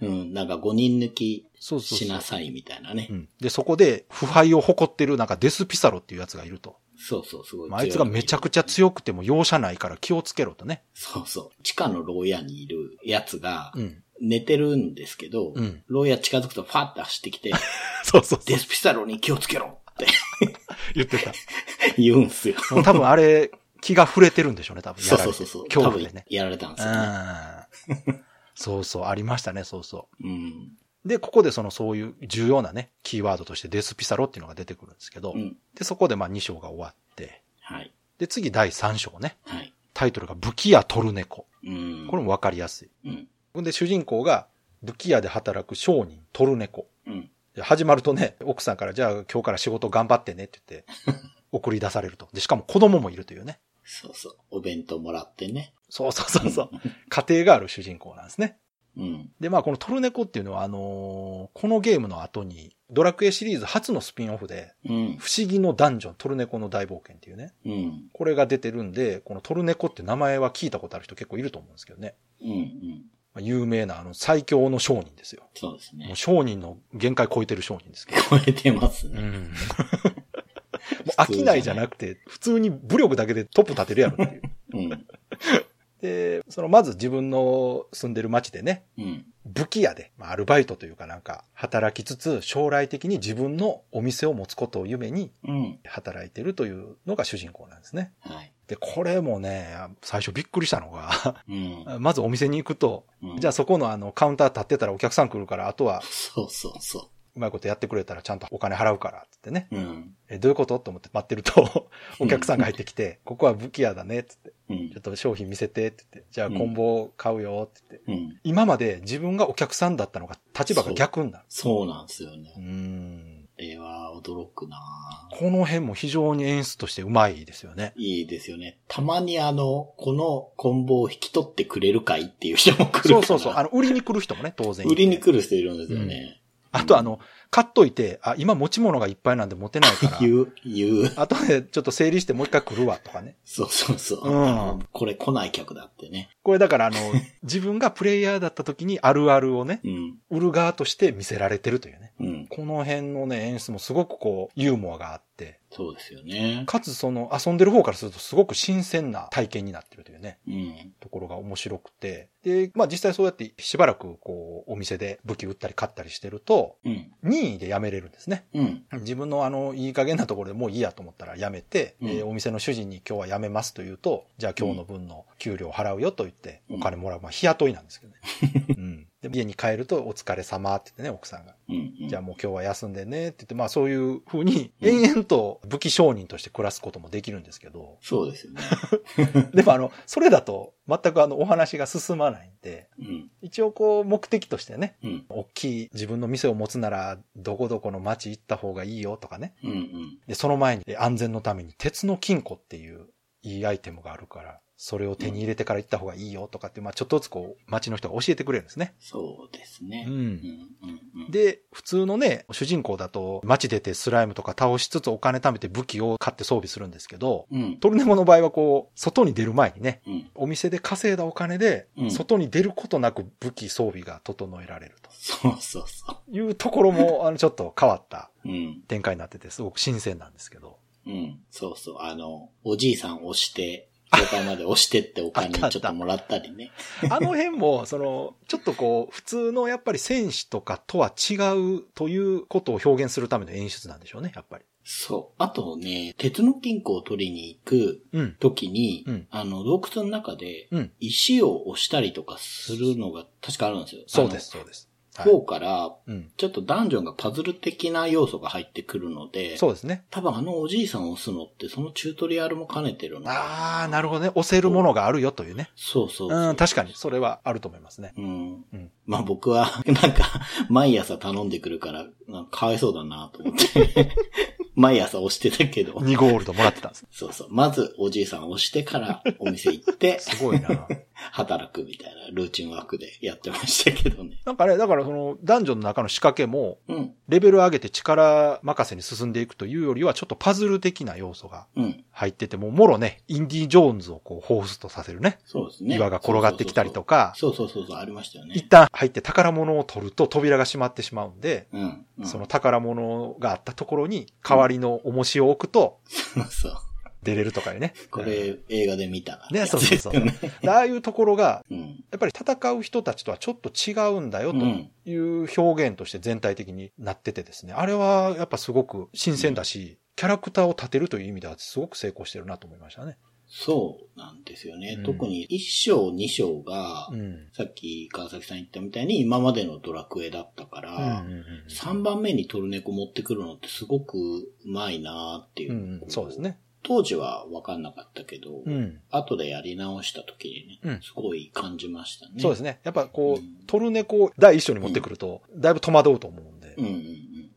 Speaker 2: うん。
Speaker 1: うん。なんか5人抜き
Speaker 2: そうそう
Speaker 1: し
Speaker 2: そう
Speaker 1: な。さいみたいなね
Speaker 2: う。ん、で、そこで、腐敗を誇ってる、なんかデスピサロっていうやつがいると。
Speaker 1: そうそう、すごい強い。
Speaker 2: まあ、あいつがめちゃくちゃ強くても容赦ないから気をつけろとね。
Speaker 1: そうそう。地下の牢屋にいるやつが、
Speaker 2: うん。
Speaker 1: 寝てるんですけど、
Speaker 2: うん
Speaker 1: 牢屋近づくとファって走っ てきて、
Speaker 2: そうそうそう
Speaker 1: デスピサロに気をつけろって
Speaker 2: 言ってた。
Speaker 1: 言う んすよ。
Speaker 2: もう多分あれ、気が触れてるんでしょうね、多分。
Speaker 1: そう
Speaker 2: やら
Speaker 1: そう
Speaker 2: れて
Speaker 1: そうそう。
Speaker 2: 恐
Speaker 1: 多
Speaker 2: 怖
Speaker 1: 分
Speaker 2: でね。
Speaker 1: やられたん
Speaker 2: う
Speaker 1: ですよね。
Speaker 2: ん。そうそう、ありましたね、そうそ
Speaker 1: うん。
Speaker 2: う。で、ここでその、そういう重要なね、キーワードとしてデスピサロっていうのが出てくるんですけど、
Speaker 1: うん。
Speaker 2: で、そこでまあ2章が終わって、
Speaker 1: はい。
Speaker 2: で、次第3章ね。
Speaker 1: はい。
Speaker 2: タイトルが武器屋トルネコ。
Speaker 1: うん。
Speaker 2: これもわかりやすい。
Speaker 1: うん。
Speaker 2: で、主人公が武器屋で働く商人、トルネコ。
Speaker 1: うん。
Speaker 2: で始まるとね、奥さんから、じゃあ今日から仕事頑張ってねって言 って、送り出されると。で、しかも子供もいるというね。
Speaker 1: そうそう。お弁当もらってね。
Speaker 2: そうそうそうそう。家庭がある主人公なんですね。
Speaker 1: うん。
Speaker 2: で、まあこのトルネコっていうのは、あのーこのゲームの後に、ドラクエシリーズ初のスピンオフで、
Speaker 1: うん。
Speaker 2: 不思議のダンジョン、トルネコの大冒険っていうね。
Speaker 1: うん。
Speaker 2: これが出てるんで、このトルネコって名前は聞いたことある人結構いると思うんですけどね。
Speaker 1: うん。うん。
Speaker 2: まあ有名なあの最強の商人ですよ。
Speaker 1: そうです
Speaker 2: も
Speaker 1: ね
Speaker 2: う。商人の限界超えてる商人ですけど。
Speaker 1: 超えてますね。
Speaker 2: もう飽きないじゃなくて、普通に武力だけでトップ立てるやろっていう。
Speaker 1: うん。
Speaker 2: で、そのまず自分の住んでる町でね、
Speaker 1: うん。
Speaker 2: 武器屋で、まあ、アルバイトというかなんか、働きつつ、将来的に自分のお店を持つことを夢に
Speaker 1: うん。
Speaker 2: 働いてるというのが主人公なんですね。
Speaker 1: はい。
Speaker 2: で、これもね、最初びっくりしたのが、
Speaker 1: うん。
Speaker 2: まずお店に行くと、
Speaker 1: うん
Speaker 2: じゃあそこのあの、カウンター立ってたらお客さん来るから、あとは
Speaker 1: そうそうそう
Speaker 2: まいことやってくれたらちゃんとお金払うから、つってね。
Speaker 1: う。うん。
Speaker 2: え、どういうことと思って待ってると、お客さんが入ってきて、ここは武器屋だね、つって、
Speaker 1: うん
Speaker 2: ちょっ。と商品見せて、って言って、じゃあコンボ買うよ、って言って。
Speaker 1: うん。
Speaker 2: 今まで自分がお客さんだったのが立場が逆になる。
Speaker 1: そうなんですよね
Speaker 2: う。ん。
Speaker 1: これは驚くなぁ
Speaker 2: この辺も非常に演出としてうまいですよね。
Speaker 1: いいですよね。たまにあの、このコンボを引き取ってくれるかいっていう人も来るから
Speaker 2: そうそうそう。あの、売りに来る人もね、当然いて。
Speaker 1: 売りに来る人いるんですよね。
Speaker 2: あとあの、買っといて、あ、今持ち物がいっぱいなんで持てないから。
Speaker 1: 言う、言う。
Speaker 2: あとでちょっと整理してもう一回来るわ、とかね。
Speaker 1: そうそうそう。
Speaker 2: うん
Speaker 1: あのこれ来ない客だってね。
Speaker 2: これだからあの、自分がプレイヤーだった時にあるあるをね、
Speaker 1: うん。
Speaker 2: 売る側として見せられてるというね。
Speaker 1: うん。
Speaker 2: この辺のね、演出もすごくこう、ユーモアがあって、
Speaker 1: そうですよね。
Speaker 2: かつその遊んでる方からするとすごく新鮮な体験になってるというね、
Speaker 1: うん。
Speaker 2: ところが面白くて、で、まあ実際そうやってしばらくこう、お店で武器売ったり買ったりしてると、
Speaker 1: うん。
Speaker 2: 任意で辞めれるんですね。
Speaker 1: うん。
Speaker 2: 自分のあの、いい加減なところでもういいやと思ったら辞めて、
Speaker 1: うん
Speaker 2: えーお店の主人に今日は辞めますと言うと、じゃあ今日の分の給料払うよと言って、
Speaker 1: うん
Speaker 2: お金もらう。まあ日雇いなんです けどね。うん。で、家に帰るとお疲れ様って言ってね、奥さんが。
Speaker 1: うん。
Speaker 2: じゃあもう今日は休んでねって言って、まあそういう風に延々と武器商人として暮らすこともできるんですけど、
Speaker 1: そうですよね。
Speaker 2: でもあの、それだと全くあのお話が進まないんで、
Speaker 1: うん。
Speaker 2: 一応こう目的としてね、
Speaker 1: うん。
Speaker 2: 大きい自分の店を持つならどこどこの町行った方がいいよとかね。
Speaker 1: うん。うん。
Speaker 2: で、その前にえ安全のために鉄の金庫っていういいアイテムがあるから、それを手に入れてから行った方がいいよとかって、まあちょっとずつこう、街の人が教えてくれるんですね。
Speaker 1: そうですね
Speaker 2: う。。
Speaker 1: うんんうんうん
Speaker 2: で、普通のね、主人公だと街出てスライムとか倒しつつお金貯めて武器を買って装備するんですけど、
Speaker 1: うん
Speaker 2: トルネコの場合はこう、外に出る前にね、
Speaker 1: うん
Speaker 2: お店で稼いだお金で
Speaker 1: う、ん
Speaker 2: 外に出ることなく武器装備が整えられると
Speaker 1: そうそうそ
Speaker 2: いうところも、あの、ちょっと変わった
Speaker 1: う。うん。
Speaker 2: 展開になってて、すごく新鮮なんですけど。
Speaker 1: うん。そうそう。あの、おじいさん押して、教会まで押してってお金
Speaker 2: あ
Speaker 1: ち
Speaker 2: った
Speaker 1: ょ
Speaker 2: あ
Speaker 1: っ
Speaker 2: った
Speaker 1: ともらったりね。
Speaker 2: あの辺も、その、ちょっとこう、普通のやっぱり戦士とかとは違うということを表現するための演出なんでしょうね、やっぱり。
Speaker 1: そう。あとね、鉄の金庫を取りに行く
Speaker 2: うん。
Speaker 1: 時に、
Speaker 2: うん
Speaker 1: あの、洞窟の中で
Speaker 2: うん、
Speaker 1: 石を押したりとかするのが確かあるんですよ。
Speaker 2: そうです、そうです。
Speaker 1: あ
Speaker 2: は
Speaker 1: の。
Speaker 2: い。
Speaker 1: 4から、
Speaker 2: うん。
Speaker 1: ちょっとダンジョンがパズル的な要素が入ってくるので、
Speaker 2: そうですね。
Speaker 1: 多分あのおじいさんを押すのってそのチュートリアルも兼ねてるの
Speaker 2: ああ、なるほどね。押せるものがあるよというね。
Speaker 1: そうそうそう
Speaker 2: うん、確かに、それはあると思いますね。
Speaker 1: うん
Speaker 2: うん
Speaker 1: まあ僕は、 なんか、毎朝頼んでくるから、なんかかわいそうだなと思って。 毎朝押してたけど。
Speaker 2: 2ゴールドもらってたんです。
Speaker 1: そうそう。まずおじいさん押してからお店行っ て、
Speaker 2: すごいな。
Speaker 1: 働くみたいなルーチンワークでやってましたけどね。
Speaker 2: なんかね、だからその、ダンジョンの中の仕掛けも、
Speaker 1: うん。
Speaker 2: レベル上げて力任せに進んでいくというよりは、ちょっとパズル的な要素が
Speaker 1: うん。
Speaker 2: 入ってて、もうもろね、インディ・ジョーンズをこう、彷彿とさせるね。
Speaker 1: そうですね。
Speaker 2: 岩が転がってきたりと
Speaker 1: か。
Speaker 2: か、
Speaker 1: そうそうそうそう、ありましたよ
Speaker 2: 一
Speaker 1: ね。
Speaker 2: 旦入って宝物を取ると扉が閉まってしまうんで、
Speaker 1: うん。うん
Speaker 2: その、宝物があったところに代わりの重しを置くと
Speaker 1: そう。
Speaker 2: 出れるとかね。
Speaker 1: これ、映画で見たな。
Speaker 2: ね、そうそうそう
Speaker 1: やつですよね。。
Speaker 2: でああいうところが、
Speaker 1: うん。
Speaker 2: やっぱり戦う人たちとはちょっと違うんだよ
Speaker 1: う
Speaker 2: と
Speaker 1: ん。
Speaker 2: いう表現として全体的になっててですね。あれはやっぱすごく新鮮だし、キャラクターを立てるという意味ではすごく成功してるなと思いましたね。
Speaker 1: そうなんですよね。
Speaker 2: うん
Speaker 1: 特に一章二章が、
Speaker 2: うん。
Speaker 1: さっき川崎さん言ったみたいに今までのドラクエだったか
Speaker 2: うんうん
Speaker 1: ら、
Speaker 2: うん
Speaker 1: 3番目にトルネコ持ってくるのってすごくうまいなーっていう。
Speaker 2: うんうん、そうです。ね。
Speaker 1: 当時は分かんなかったけど、
Speaker 2: うん。
Speaker 1: 後でやり直した時にね、
Speaker 2: うん
Speaker 1: すごい感じましたね。
Speaker 2: そうですね。やっぱこ
Speaker 1: うん
Speaker 2: う、トルネコを第一章に持ってくると、だいぶ戸惑うと思うんで。
Speaker 1: うんうん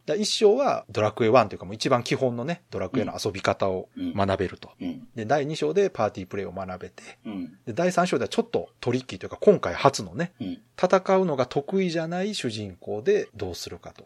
Speaker 2: だ1章はドラクエ1というかもう一番基本のね、ドラクエの遊び方を
Speaker 1: うん。うん。
Speaker 2: 学べると。
Speaker 1: うん。
Speaker 2: で、第2章でパーティープレイを学べて、
Speaker 1: うん。
Speaker 2: で、第3章ではちょっとトリッキーというか今回初のね、
Speaker 1: うん。
Speaker 2: 戦うのが得意じゃない主人公でどうするかと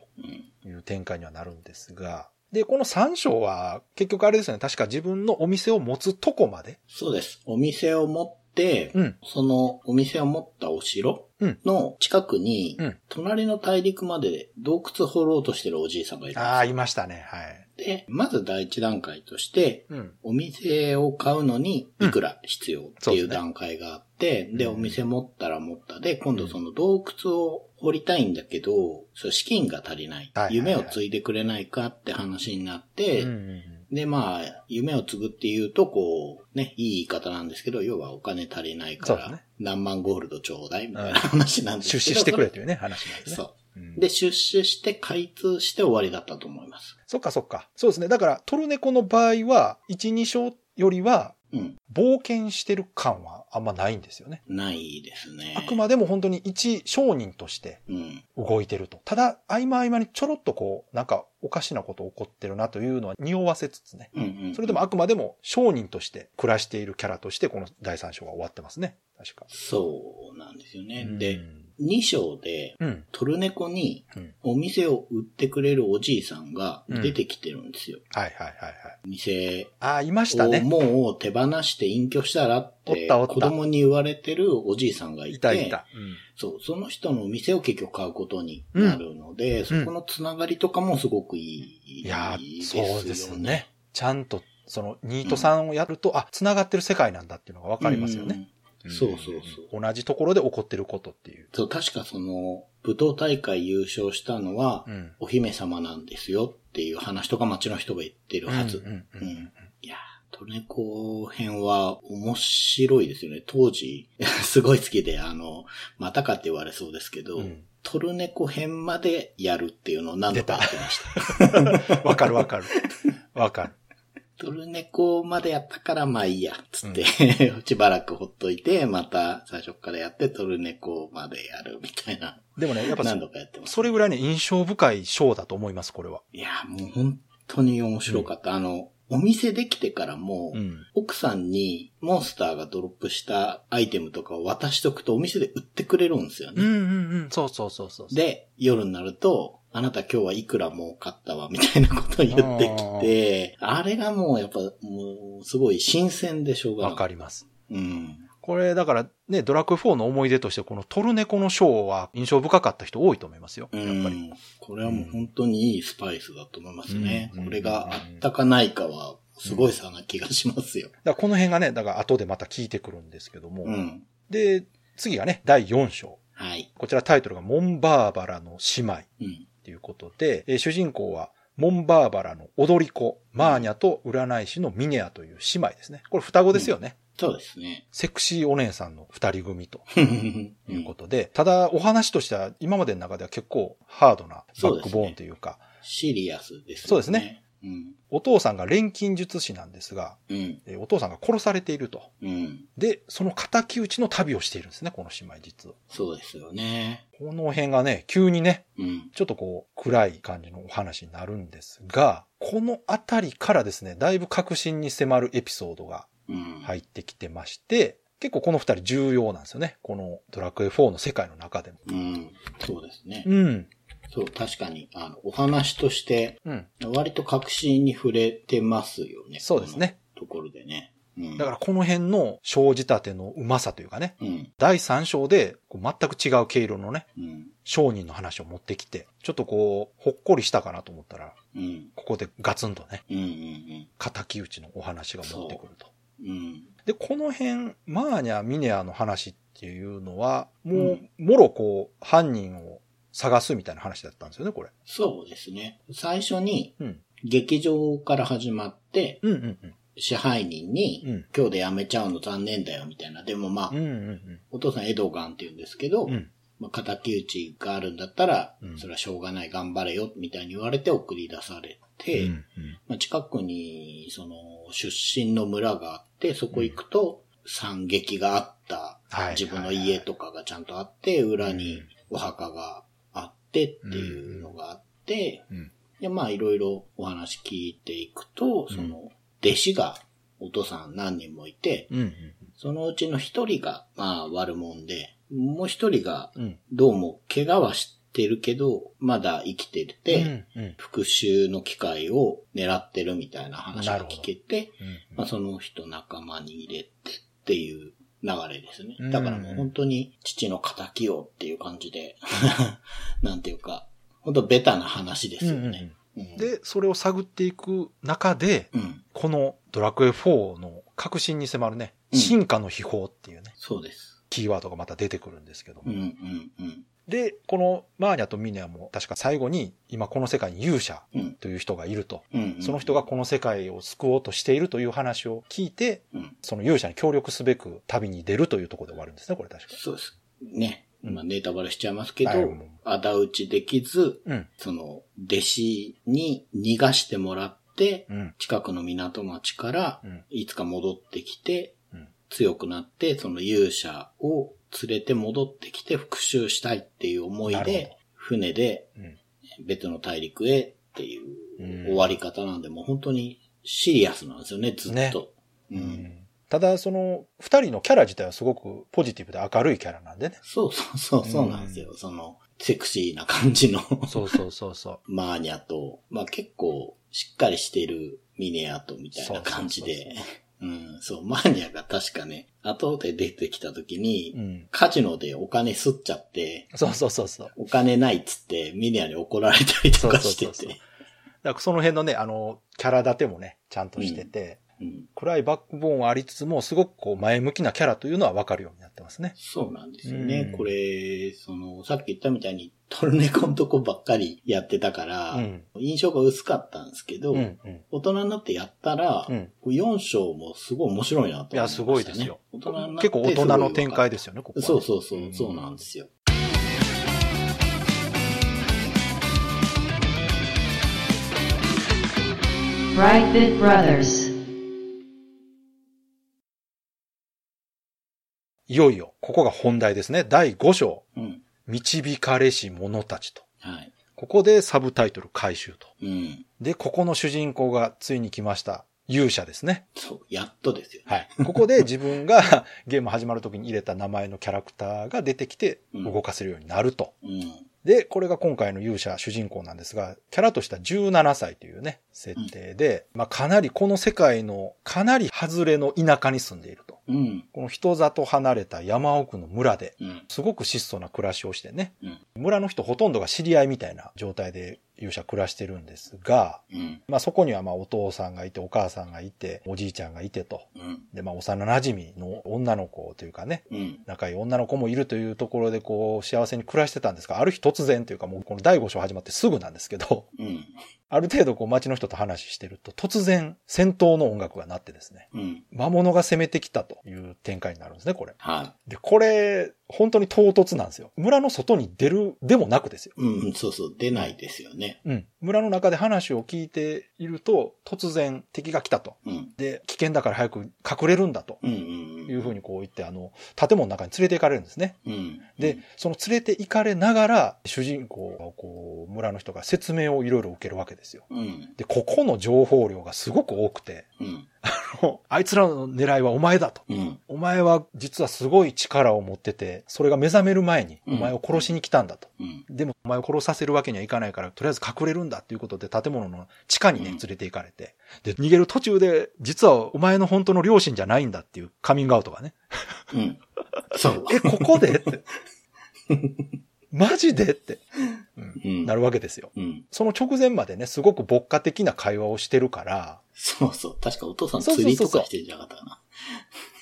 Speaker 1: うん。
Speaker 2: いう展開にはなるんですが、で、この3章は結局あれですよね、確か自分のお店を持つとこまで、
Speaker 1: そうです。お店を持って、
Speaker 2: うん、
Speaker 1: そのお店を持ったお城
Speaker 2: うん
Speaker 1: の近くに、
Speaker 2: うん
Speaker 1: 隣の大陸まで洞窟掘ろうとしてるおじいさんがいるん
Speaker 2: ああ、
Speaker 1: で
Speaker 2: いましたね、はい。
Speaker 1: す。で、まず第一段階として、
Speaker 2: うん、
Speaker 1: お店を買うのにいくら必要ってい
Speaker 2: そうです
Speaker 1: う
Speaker 2: ね
Speaker 1: 段階があって、
Speaker 2: ん
Speaker 1: で、お店持ったら持ったで、今度その洞窟を掘りたいんだけど、そう資金が足りない
Speaker 2: はいは。いはい
Speaker 1: 夢を継いでくれないかって話になって、
Speaker 2: うんうんうん
Speaker 1: で、まあ、夢を継ぐっていうと、こう、ね、いい言い方なんですけど、要はお金足りないか
Speaker 2: そうです
Speaker 1: ら
Speaker 2: ね、
Speaker 1: 何万ゴールドちょうだいみたい
Speaker 2: うん
Speaker 1: な話なんですけ
Speaker 2: 出
Speaker 1: ど。
Speaker 2: 資してくれというね、話なんですね。
Speaker 1: そ
Speaker 2: うん
Speaker 1: う。で、出資して開通して終わりだったと思います。
Speaker 2: そっかそっか。そうですね。だから、トルネコの場合は、1、2章よりは、
Speaker 1: うん。
Speaker 2: 冒険してる感はあんまないんですよね。
Speaker 1: ないですね。
Speaker 2: あくまでも本当に一商人として
Speaker 1: うん。
Speaker 2: 動いてると。ただ、合間合間にちょろっとこう、なんかおかしなこと起こってるなというのは匂わせつつね。
Speaker 1: うんうん。
Speaker 2: それでもあくまでも商人として暮らしているキャラとして、この第3章が終わってますね。確か。
Speaker 1: そうなんですよね。で
Speaker 2: う、ん
Speaker 1: 2章で、
Speaker 2: うん。
Speaker 1: トルネコに
Speaker 2: うん
Speaker 1: お店を売ってくれるおじいさんが出てきてるんですよ。
Speaker 2: はいはいはいはい。
Speaker 1: 店
Speaker 2: ああ、いました
Speaker 1: を
Speaker 2: ね。
Speaker 1: もう手放して隠居したらっ
Speaker 2: おってたおった
Speaker 1: 子供に言われてるおじいさんがいて、
Speaker 2: いたいた。うん
Speaker 1: そう、その人のお店を結局買うことになるので、そこのつながりとかもすごくいい。
Speaker 2: いやー
Speaker 1: いい
Speaker 2: そうですね。ちゃんと、その、2と3をやると、あ、繋がってる世界なんだっていうのがわかりますよね。
Speaker 1: うん。そうそうそ
Speaker 2: う
Speaker 1: う。
Speaker 2: ん。同じところで起こってることっていう。
Speaker 1: そう、確かその、舞踏大会優勝したのは、
Speaker 2: うん。
Speaker 1: お姫様なんですよっていう話とか街の人が言ってるはず。
Speaker 2: うんうんう
Speaker 1: うんんいやー、トルネコ編は面白いですよね。当時、 すごい好きで、あの、またかって言われそうですけど、
Speaker 2: うん
Speaker 1: トルネコ編までやるっていうのを何度かやってました。
Speaker 2: わかるわかる。わかる。
Speaker 1: トルネコまでやったからまあいいや、つって、 しばらくほっといて、また最初からやってトルネコまでやるみたいな、
Speaker 2: でもね、やっぱそ
Speaker 1: 何、度かやってます。
Speaker 2: それぐらいね、印象深い章だと思います、これは。
Speaker 1: いやー、もう本当に面白かった。あの、お店できてからも、
Speaker 2: うん。
Speaker 1: 奥さんにモンスターがドロップしたアイテムとかを渡しとくとお店で売ってくれるんですよ
Speaker 2: うんう
Speaker 1: ね。
Speaker 2: んうん。そうそうそうそう。
Speaker 1: で、夜になると、あなた今日はいくら儲かったわ、みたいなことを言ってきて、あれがもうやっぱ、もう、すごい新鮮でしょうがない。
Speaker 2: わかります。
Speaker 1: うん。
Speaker 2: これ、だからね、ドラクエ4の思い出として、このトルネコのショーは印象深かった人多いと思いますよ。
Speaker 1: う
Speaker 2: やっ
Speaker 1: ん
Speaker 2: ぱり。
Speaker 1: これはもう本当にいいスパイスだと思いますね。
Speaker 2: うん
Speaker 1: これがあったかないかは、すごい差な気がしますよ。
Speaker 2: だからこの辺がね、だから後でまた聞いてくるんですけども。
Speaker 1: うん。
Speaker 2: で、次がね、第4章。
Speaker 1: はい。
Speaker 2: こちらタイトルがモンバーバラの姉妹
Speaker 1: うん。
Speaker 2: ということで、えー主人公はモンバーバラの踊り子、マーニャと占い師のミネアという姉妹ですね。これ双子ですよね。
Speaker 1: そうですね。
Speaker 2: セクシーお姉さんの二人組と
Speaker 1: うん
Speaker 2: いうことで、ただお話としては今までの中では結構ハードなバックボーンというか、
Speaker 1: シリアスですね。
Speaker 2: そうですね。
Speaker 1: うん。
Speaker 2: お父さんが錬金術師なんですが、
Speaker 1: うん。
Speaker 2: えーお父さんが殺されていると。
Speaker 1: うん。
Speaker 2: で、その敵討ちの旅をしているんですね、この姉妹実は。
Speaker 1: そうですよね。
Speaker 2: この辺がね、急にね、
Speaker 1: うん。
Speaker 2: ちょっとこう、暗い感じのお話になるんですが、このあたりからですね、だいぶ確信に迫るエピソードが
Speaker 1: うん。
Speaker 2: 入
Speaker 1: い。
Speaker 2: ってきてまして、結構この二人重要なんですよね。このドラクエ4の世界の中でも。
Speaker 1: うん。そうですね。
Speaker 2: うん。
Speaker 1: そう、確かに、あの、お話として、
Speaker 2: うん。
Speaker 1: 割と確信に触れてますよね。
Speaker 2: そうですね。
Speaker 1: ところでね。うん。
Speaker 2: だからこの辺の生じたてのうまさというかね、
Speaker 1: ら、うん。
Speaker 2: 第3章でこう全く違う経路のね、
Speaker 1: うん。
Speaker 2: 商人の話を持ってきて、ちょっとこう、ほっこりしたかなと思ったら、
Speaker 1: うん。
Speaker 2: ここでガツンとね、
Speaker 1: うん。うん。
Speaker 2: 敵討ちのお話が持ってくると。
Speaker 1: うん。うん。
Speaker 2: で、この辺、マーニャ・ミネアの話っていうのは、もう
Speaker 1: う、
Speaker 2: もろこう、犯人を探すみたいな話だったんですよね、これ。
Speaker 1: そうですね。最初に
Speaker 2: うん。
Speaker 1: 劇場から始まって、
Speaker 2: うんうんうん。
Speaker 1: 支配人に、
Speaker 2: うん
Speaker 1: 今日で辞めちゃうの残念だよみたいな。でもまあ、
Speaker 2: うんうん
Speaker 1: お父さんエドガンって言うんですけど、
Speaker 2: うん。うん。
Speaker 1: まあ、敵討ちがあるんだったら、
Speaker 2: うん
Speaker 1: それはしょうがない、頑張れよ、みたいに言われて送り出されて、
Speaker 2: うんうん
Speaker 1: まあ、近くに、その、出身の村があって、そこ行くと、惨劇があった、
Speaker 2: はい
Speaker 1: 自分の家とかがちゃんとあって、裏にお墓があってっていうのがあって、
Speaker 2: うん
Speaker 1: で、まあ、いろいろお話聞いていくと、その、弟子が、お父さん何人もいて、
Speaker 2: うんうん
Speaker 1: そのうちの一人が、まあ、悪者で、もう一人が、
Speaker 2: うん。
Speaker 1: どうも、怪我はしてるけど、まだ生きてて、
Speaker 2: うんうん
Speaker 1: 復讐の機会を狙ってるみたいな話が聞けて、まあ、その人仲間に入れてっていう流れですね
Speaker 2: うん。
Speaker 1: だからもう本当に父の仇をっていう感じで、 なんていうか、本当ベタな話ですよね。うん
Speaker 2: で、それを探っていく中で、
Speaker 1: うん、
Speaker 2: このドラクエ4の核心に迫るね、
Speaker 1: うん
Speaker 2: 進化の秘宝っていうね、
Speaker 1: そうです。
Speaker 2: キーワードがまた出てくるんですけども。
Speaker 1: うん、うん、うん。
Speaker 2: で、このマーニャとミネアも確か最後に、今この世界に勇者
Speaker 1: うん
Speaker 2: という人がいると。
Speaker 1: うんうん
Speaker 2: その人がこの世界を救おうとしているという話を聞いて、
Speaker 1: うん
Speaker 2: その勇者に協力すべく旅に出るというところで終わるんですね、これ確か。
Speaker 1: そうです。ね。
Speaker 2: うん
Speaker 1: まあ、ネタバレしちゃいますけど
Speaker 2: はいもう、
Speaker 1: 仇討ちできず、
Speaker 2: うん。
Speaker 1: その、弟子に逃がしてもらって、
Speaker 2: うん。
Speaker 1: 近くの港町から
Speaker 2: う、ん。
Speaker 1: いつか戻ってきて、
Speaker 2: うん
Speaker 1: 強くなって、その勇者を連れて戻ってきて復讐したいっていう思い
Speaker 2: なるほど
Speaker 1: で、船で
Speaker 2: うん。
Speaker 1: 別の大陸へってい
Speaker 2: うん
Speaker 1: う終わり方なんで、もう本当にシリアスなんですよね、ずっと。う。
Speaker 2: うんんただ、その、二人のキャラ自体はすごくポジティブで明るいキャラなんでね。
Speaker 1: そうそうそう、そうなんですよ。その、セクシーな感じの。
Speaker 2: そうそうそうそう。
Speaker 1: マーニャと、まあ結構しっかりしてるミネアとみたいな感じ
Speaker 2: そうそう
Speaker 1: で、うん、そう、マーニャが確かね、後で出てきた時に、
Speaker 2: うん。
Speaker 1: カジノでお金すっちゃって、
Speaker 2: そうそうそうそう。
Speaker 1: お金ないっつってミネアに怒られたりとか
Speaker 2: そう
Speaker 1: して
Speaker 2: そうそうそう
Speaker 1: て、
Speaker 2: だからその辺のね、あの、キャラ立てもね、ちゃんとしてて、
Speaker 1: うん、
Speaker 2: 暗いバックボーンはありつつも、すごくこう前向きなキャラというのは分かるようになってますね。
Speaker 1: そうなんですよね。
Speaker 2: うん
Speaker 1: これ、その、さっき言ったみたいにトルネコのとこばっかりやってたから、
Speaker 2: うん。
Speaker 1: 印象が薄かったんですけど、
Speaker 2: うん。うん。
Speaker 1: 大人になってやったら、
Speaker 2: うん
Speaker 1: 4章もすごい面白いなと思いました、ね。
Speaker 2: いや、すごいですよ。
Speaker 1: 大人になって
Speaker 2: 結構大人の展開ですすよね、ここ
Speaker 1: ご
Speaker 2: はね、
Speaker 1: いわかる。そうそうそう、
Speaker 2: うん
Speaker 1: そうなんですよ。
Speaker 3: Brightbit Brothers.
Speaker 2: いよいよ、ここが本題ですね。第5章、
Speaker 1: うん。
Speaker 2: 導かれし者たちと。
Speaker 1: はい。
Speaker 2: ここでサブタイトル回収と。
Speaker 1: うん。
Speaker 2: で、ここの主人公がついに来ました。勇者ですね。
Speaker 1: そう、やっとですよ、ね。
Speaker 2: はい。ここで自分が ゲーム始まる時に入れた名前のキャラクターが出てきて
Speaker 1: うん
Speaker 2: 動かせるようになると。
Speaker 1: うん。
Speaker 2: で、これが今回の勇者主人公なんですが、キャラとしては17歳というね、設定で、まあかなりこの世界のかなり外れの田舎に住んでいると。
Speaker 1: うん。
Speaker 2: この人里離れた山奥の村で、
Speaker 1: うん。
Speaker 2: すごく質素な暮らしをしてね、
Speaker 1: うん
Speaker 2: 村の人ほとんどが知り合いみたいな状態で勇者暮らしてるんですが、
Speaker 1: うん。
Speaker 2: まあそこにはまあお父さんがいてお母さんがいておじいちゃんがいてと。
Speaker 1: うん。
Speaker 2: でまあ幼馴染の女の子というかね、
Speaker 1: うん。
Speaker 2: 仲良い女の子もいるというところでこう幸せに暮らしてたんですが、ある日突然というかもうこの第5章始まってすぐなんですけど、
Speaker 1: うん。
Speaker 2: ある程度こう街の人と話してると突然戦闘の音楽が鳴ってですね、
Speaker 1: うん。
Speaker 2: 魔物が攻めてきたという展開になるんですね、これ。
Speaker 1: は
Speaker 2: で、これ、本当に唐突なんですよ。村の外に出るでもなくですよ。
Speaker 1: い。うん。そうそう、出ないですよね。
Speaker 2: うん。村の中で話を聞いていると、突然敵が来たと。
Speaker 1: うん。
Speaker 2: で、危険だから早く隠れるんだと。
Speaker 1: うん。うん。
Speaker 2: いうふうにこう言って、あの、建物の中に連れて行かれるんですね。
Speaker 1: うん。
Speaker 2: で、その連れて行かれながら、主人公がこう、村の人が説明をいろいろ受けるわけですよ。
Speaker 1: うん。
Speaker 2: で、ここの情報量がすごく多くて、
Speaker 1: うん。
Speaker 2: あのあいつらの狙いはお前だと。
Speaker 1: うん。
Speaker 2: お前は実はすごい力を持ってて、それが目覚める前に
Speaker 1: うん
Speaker 2: お前を殺しに来たんだと。
Speaker 1: うん。
Speaker 2: でもお前を殺させるわけにはいかないから、とりあえず隠れるんだっていうことで建物の地下にね、
Speaker 1: うん
Speaker 2: 連れて行かれて。で、逃げる途中で、実はお前の本当の両親じゃないんだっていうカミングアウトがね。
Speaker 1: うん。そう。
Speaker 2: え、ここで って。マジでって、うん
Speaker 1: うん。
Speaker 2: なるわけですよ。
Speaker 1: うん。
Speaker 2: その直前までね、すごく牧歌的な会話をしてるから、
Speaker 1: そうそう。確かお父さん
Speaker 2: そうそう
Speaker 1: 釣
Speaker 2: そうそう
Speaker 1: りとかしてんじゃなかったかな。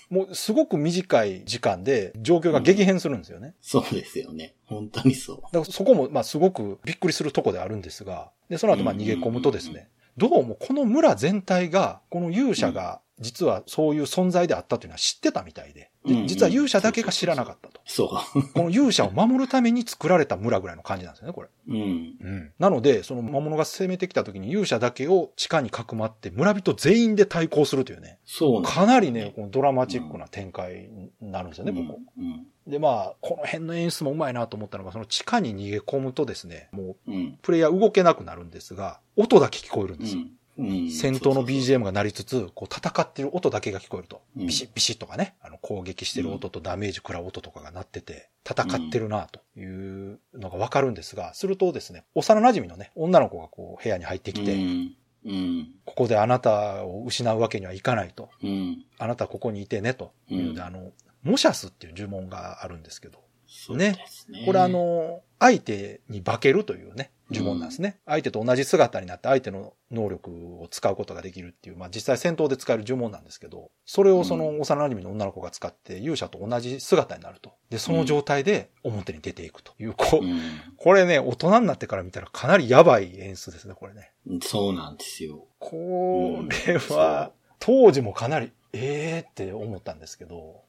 Speaker 2: もうすごく短い時間で状況が激変するんですよね。
Speaker 1: そうですよね。本当にそ
Speaker 2: だからそこも、まあ、すごくびっくりするとこであるんですが、で、その後、まあ、逃げ込むとですね、どうもこの村全体が、この勇者が、実はそういう存在であったというのは知ってたみたいで、で
Speaker 1: うんうん
Speaker 2: 実は勇者だけが知らなかったと。
Speaker 1: う。そ
Speaker 2: この勇者を守るために作られた村ぐらいの感じなんですよね、これ。
Speaker 1: う。うん。
Speaker 2: なので、その魔物が攻めてきた時に勇者だけを地下にかくまって、村人全員で対抗するというね、
Speaker 1: そうなん
Speaker 2: かなりね、このドラマチックな展開になるんですよね、ここ。
Speaker 1: うん。
Speaker 2: で、まあ、この辺の演出もうまいなと思ったのが、その地下に逃げ込むとですね、もう
Speaker 1: うん。
Speaker 2: プレイヤー動けなくなるんですが、音だけ聞こえるん
Speaker 1: う
Speaker 2: ですよ。
Speaker 1: ん。うん。
Speaker 2: 戦闘の
Speaker 1: そう
Speaker 2: BGM が鳴りつつ、こう戦ってる音だけが聞こえると。
Speaker 1: うん
Speaker 2: ビシッビシッとかね、あの攻撃してる音とダメージ食らう音とかが鳴ってて、戦ってるなというのがわかるんですが、するとですね、幼馴染のね、女の子がこう部屋に入って
Speaker 1: そ
Speaker 2: き
Speaker 1: うそう。う
Speaker 2: て、
Speaker 1: ん。うん。
Speaker 2: ここであなたを失うわけにはいかないと。
Speaker 1: うん。
Speaker 2: あなたここにいてねと。いうので、
Speaker 1: うん
Speaker 2: あの、モシャスっていう呪文があるんですけど、
Speaker 1: そうですね。
Speaker 2: これあ、の、相手に化けるというね、呪文なんですね。相手と同じ姿になって相手の能力を使うことができるっていう、まあ実際戦闘で使える呪文なんですけど、それをその
Speaker 1: う
Speaker 2: 幼馴染の女の子が使って勇者と同じ姿になると。で、その状態で表に出ていくという、こ
Speaker 1: う
Speaker 2: う、
Speaker 1: ん。
Speaker 2: これね、大人になってから見たらかなりやばい演出ですね、これね。
Speaker 1: そうなんですよ。
Speaker 2: これは、当時もかなり、ええー、って思ったんですけど、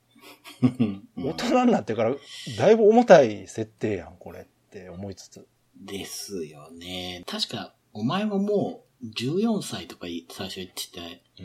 Speaker 1: うん
Speaker 2: 大人になってからだいぶ重たい設定やん、これって思いつつ。
Speaker 1: ですよね。確か、お前ももう14歳とかい最初言ってた。っ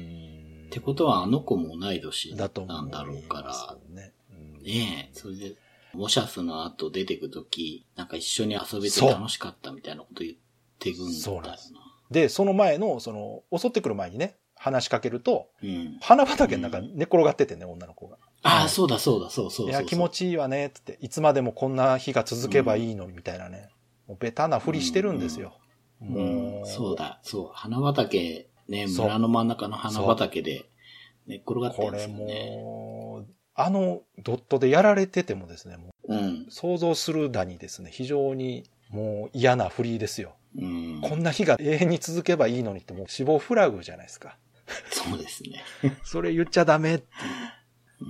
Speaker 2: って
Speaker 1: ことはあの子も同い年
Speaker 2: だと思
Speaker 1: なんだろうから。
Speaker 2: ら。ねうん
Speaker 1: ねえ、それで、モシャスの後出てくとき、なんか一緒に遊べて楽しかったみたいなこと言ってくんだよな。
Speaker 2: そうなんですで、その前の、その、襲ってくる前にね、話しかけると、
Speaker 1: うん。
Speaker 2: 花畑の中に寝転がっててね、女の子が。
Speaker 1: ああ、そうだそうだ、そうそうそうそう。
Speaker 2: いや、気持ちいいわね、つって、いつまでもこんな日が続けばいいのに、みたいなね。もうベタなふりしてるんですよ。
Speaker 1: うん
Speaker 2: もう、
Speaker 1: そうだ、そう。花畑、ね、
Speaker 2: そう
Speaker 1: 村の真ん中の花畑で、寝っ転がってる
Speaker 2: こ
Speaker 1: んで
Speaker 2: れ
Speaker 1: すよね。
Speaker 2: もう、あのドットでやられててもですね、も
Speaker 1: うん
Speaker 2: う。想像するだにですね、非常にもう嫌なフリーですよ。
Speaker 1: うん。
Speaker 2: こんな日が永遠に続けばいいのにってもう死亡フラグじゃないですか。
Speaker 1: そうですね。
Speaker 2: それ言っちゃダメ。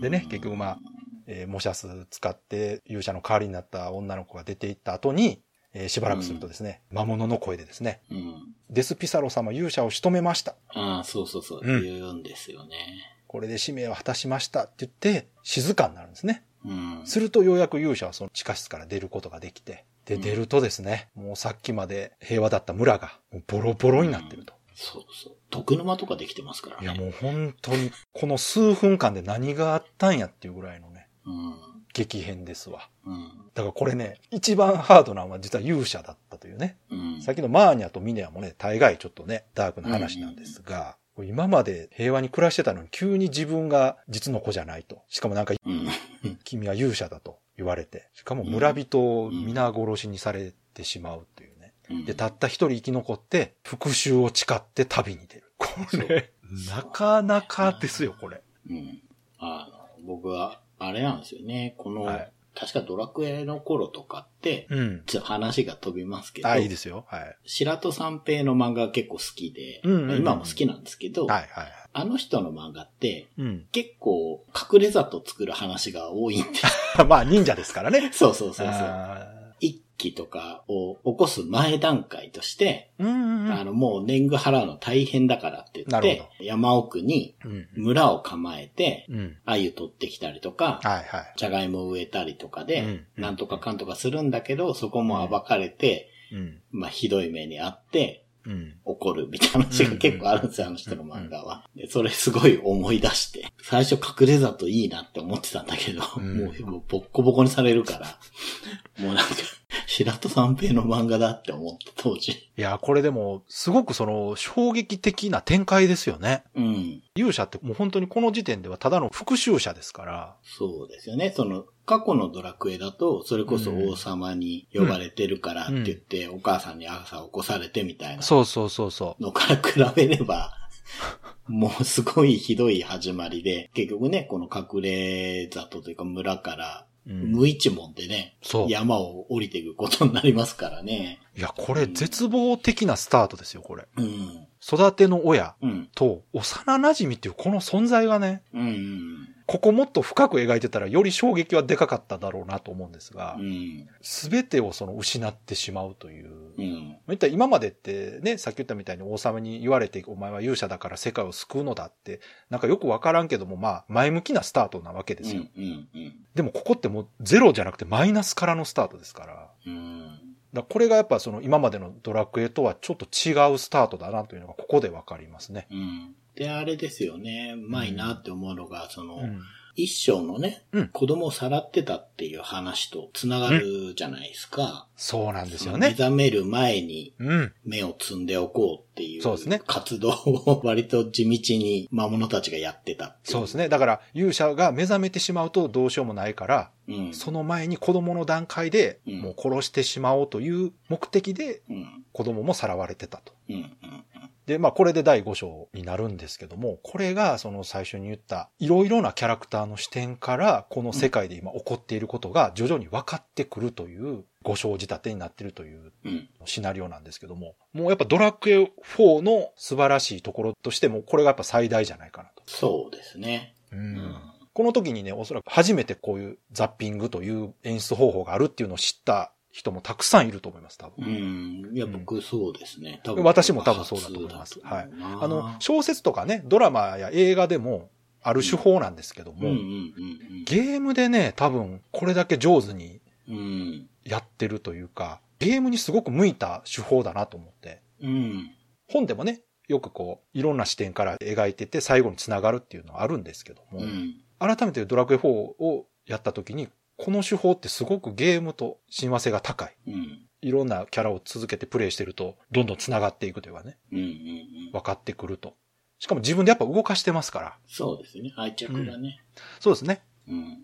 Speaker 2: でね
Speaker 1: う、ん
Speaker 2: 結局まあ、えーモシャス使って勇者の代わりになった女の子が出て行った後に、えーしばらくするとですね、魔物の声でですね、
Speaker 1: うん。
Speaker 2: デスピサロ様勇者を仕留めました。
Speaker 1: ああ、そうそうそう、
Speaker 2: うん
Speaker 1: 言うんですよね。
Speaker 2: これで使命を果たしましたって言って、静かになるんですね。
Speaker 1: うん。
Speaker 2: するとようやく勇者はその地下室から出ることができて、で、
Speaker 1: うん
Speaker 2: 出るとですね、もうさっきまで平和だった村が、もうボロボロになってると。
Speaker 1: そうそう。徳沼とかできてますからね。
Speaker 2: いやもう本当に、この数分間で何があったんやっていうぐらいのね、
Speaker 1: う。
Speaker 2: 激変ですわ。
Speaker 1: うん。
Speaker 2: だからこれね、一番ハードなのは実は勇者だったというね。
Speaker 1: うん。うん。
Speaker 2: さっきのマーニャとミネアもね、大概ちょっとね、ダークな話なんですが、今まで平和に暮らしてたのに急に自分が実の子じゃないと。しかもなんか
Speaker 1: うん。
Speaker 2: 君は勇者だと言われて。しかも村人を皆殺しにされてしまうっていうね。
Speaker 1: うん
Speaker 2: で、たった一人生き残って復讐を誓って旅に出る。これ、なかなかですよ、これ。
Speaker 1: うん。あの、僕は、あれなんですよね。この、
Speaker 2: はい
Speaker 1: 確かドラクエの頃とかって、
Speaker 2: うん。
Speaker 1: ちょっと話が飛びますけど、
Speaker 2: あ、いいですよ。はい。
Speaker 1: 白戸三平の漫画が結構好きで、
Speaker 2: うんうんうん
Speaker 1: 今も好きなんですけど、
Speaker 2: はい、はいはい。
Speaker 1: あの人の漫画って、
Speaker 2: うん。
Speaker 1: 結構、隠れ里作る話が多いん で。
Speaker 2: まあ、忍者ですからね。
Speaker 1: そうそうそうそう。
Speaker 2: あ
Speaker 1: 一期とかを起こす前段階として、
Speaker 2: ーうんうん
Speaker 1: あの、もう年貢払うの大変だからって言っ
Speaker 2: なる
Speaker 1: て
Speaker 2: ほ、
Speaker 1: 山奥に
Speaker 2: うん。
Speaker 1: 村を構えて、
Speaker 2: うん。うん。
Speaker 1: 鮎取ってきたりとか、
Speaker 2: はいはい。
Speaker 1: じゃがいも植えたりとか
Speaker 2: う
Speaker 1: で
Speaker 2: ん、
Speaker 1: なんとかかんとかするんだけど、そこも暴かれて、
Speaker 2: うん。
Speaker 1: まあ、ひどい目にあって、
Speaker 2: うん。
Speaker 1: 怒るみたいな話が結構あるんですよ、あの人の漫画は。でそれすごい思い出して。最初隠れ里いいなって思ってたんだけど、
Speaker 2: うん
Speaker 1: もうもうボッコボコにされるから、もうなんか、白戸三平の漫画だって思って当時。
Speaker 2: いや、これでも、すごくその、衝撃的な展開ですよね。
Speaker 1: うん。
Speaker 2: 勇者ってもう本当にこの時点ではただの復讐者ですから。
Speaker 1: そうですよね。その、過去のドラクエだと、それこそ王様に呼ばれてるからって言って、お母さんに朝起こされてみたいな
Speaker 2: そうそうそうそう。
Speaker 1: のから比べれば、もうすごいひどい始まりで、結局ね、この隠れ里というか村から
Speaker 2: うん
Speaker 1: 無一文でね、
Speaker 2: そう。いや、
Speaker 1: 山を降りていくことになりますからね。
Speaker 2: これ絶望的なスタートですよ、これ。
Speaker 1: うん。
Speaker 2: 育ての親
Speaker 1: うん。
Speaker 2: と幼馴染っていうこの存在がね、
Speaker 1: うんうん。
Speaker 2: ここもっと深く描いてたらより衝撃はでかかっただろうなと思うんですが
Speaker 1: う、ん。
Speaker 2: すべてをその失ってしまうという。
Speaker 1: うん。
Speaker 2: まあ言ったら今までってね、さっき言ったみたいに王様に言われて、お前は勇者だから世界を救うのだって、なんかよくわからんけども、まあ、前向きなスタートなわけで
Speaker 1: うん。う
Speaker 2: すよ。
Speaker 1: ん。うん
Speaker 2: でもここってもうゼロじゃなくてマイナスからのスタートですから。だか
Speaker 1: うん。
Speaker 2: らこれがやっぱその今までのドラクエとはちょっと違うスタートだなというのがここでわかりますね。
Speaker 1: うん。で、あれですよね。うまいなって思うのが、その、
Speaker 2: うん。
Speaker 1: 一生のね、
Speaker 2: うん
Speaker 1: 子供をさらってたっていう話と繋がるじゃないですか。
Speaker 2: そうなんですよね。
Speaker 1: 目覚める前に
Speaker 2: うん。
Speaker 1: 目を積んでおこうっていう
Speaker 2: そうですね
Speaker 1: 活動を割と地道に魔物たちがやってたってい
Speaker 2: そうですね。だから勇者が目覚めてしまうとどうしようもないから、
Speaker 1: うん。
Speaker 2: その前に子供の段階で
Speaker 1: うん
Speaker 2: もう殺してしまおうという目的で
Speaker 1: うん。
Speaker 2: 子供もさらわれてたと。
Speaker 1: うん。うん。
Speaker 2: で、まあこれで第5章になるんですけども、これがその最初に言ったいろいろなキャラクターの視点からこの世界で今起こっていることが徐々に分かってくるという5章仕立てになってるという
Speaker 1: うん。
Speaker 2: シナリオなんですけども、もうやっぱドラクエ4の素晴らしいところとしてもこれがやっぱ最大じゃないかなと。
Speaker 1: そうですね。うん。
Speaker 2: この時にね、おそらく初めてこういうザッピングという演出方法があるっていうのを知った人もたくさんいると思います、多分。
Speaker 1: うん。いや、僕そうですね。多
Speaker 2: 私も多分そうだと思います
Speaker 1: 初だと思うな
Speaker 2: あの、小説とかね、ドラマや映画でもある手法なんですけど
Speaker 1: うん
Speaker 2: も、
Speaker 1: うんうん
Speaker 2: ゲームでね、多分これだけ上手に
Speaker 1: うん。うん。
Speaker 2: やってるというか、ゲームにすごく向いた手法だなと思って、
Speaker 1: うん。
Speaker 2: 本でもね、よくこう、いろんな視点から描いてて最後に繋がるっていうのはあるんですけども、
Speaker 1: うん。
Speaker 2: 改めてドラクエ4をやった時に、この手法ってすごくゲームと親和性が高い。
Speaker 1: うん。
Speaker 2: いろんなキャラを続けてプレイしてると、どんどん繋がっていくというかね、
Speaker 1: うん。うん。
Speaker 2: 分かってくると。しかも自分でやっぱ動かしてますから。
Speaker 1: そうですね。愛着がね。
Speaker 2: そうですね。
Speaker 1: うん。
Speaker 2: うん。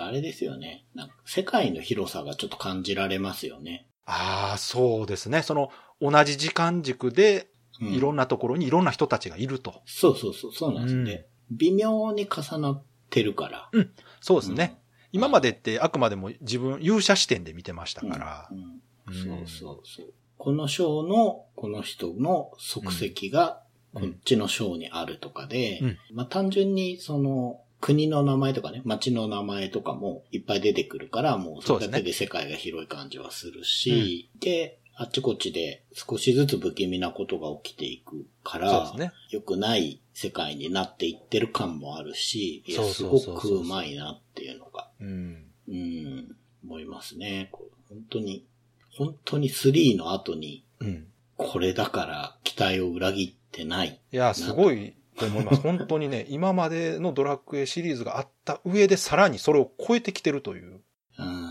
Speaker 1: あれですよね。なんか世界の広さがちょっと感じられますよね。
Speaker 2: ああ、そうですね。その、同じ時間軸で、
Speaker 1: うん
Speaker 2: いろんなところにいろんな人たちがいると。
Speaker 1: そうそうそう、そうなんですよね。微妙に重なってるから。
Speaker 2: そう
Speaker 1: そ
Speaker 2: ですね。。今までってあくまでも自分、勇者視点で見てましたから
Speaker 1: う。ん
Speaker 2: うん
Speaker 1: そうそうそう。この章の、この人の足跡が、
Speaker 2: う
Speaker 1: こ
Speaker 2: ん
Speaker 1: っちの章にあるとかで、
Speaker 2: うん
Speaker 1: まあ単純にその、国の名前とかね、町の名前とかもいっぱい出てくるから、もうそれだけで世界が広い感じはするし、であっちこっちで少しずつ不気味なことが起きていくから、
Speaker 2: そうですね。
Speaker 1: 良くない世界になっていってる感もあるし、いや、
Speaker 2: そう
Speaker 1: す
Speaker 2: そう
Speaker 1: ご
Speaker 2: そうそう
Speaker 1: くうまいなっていうのが、
Speaker 2: うん。
Speaker 1: うん、思いますね。こう本当に、本当に3の後に、
Speaker 2: うん。
Speaker 1: これだから期待を裏切ってない。
Speaker 2: いや、すごいと思い ます。本当にね、今までのドラクエシリーズがあった上で、さらにそれを超えてきてるという。
Speaker 1: うん、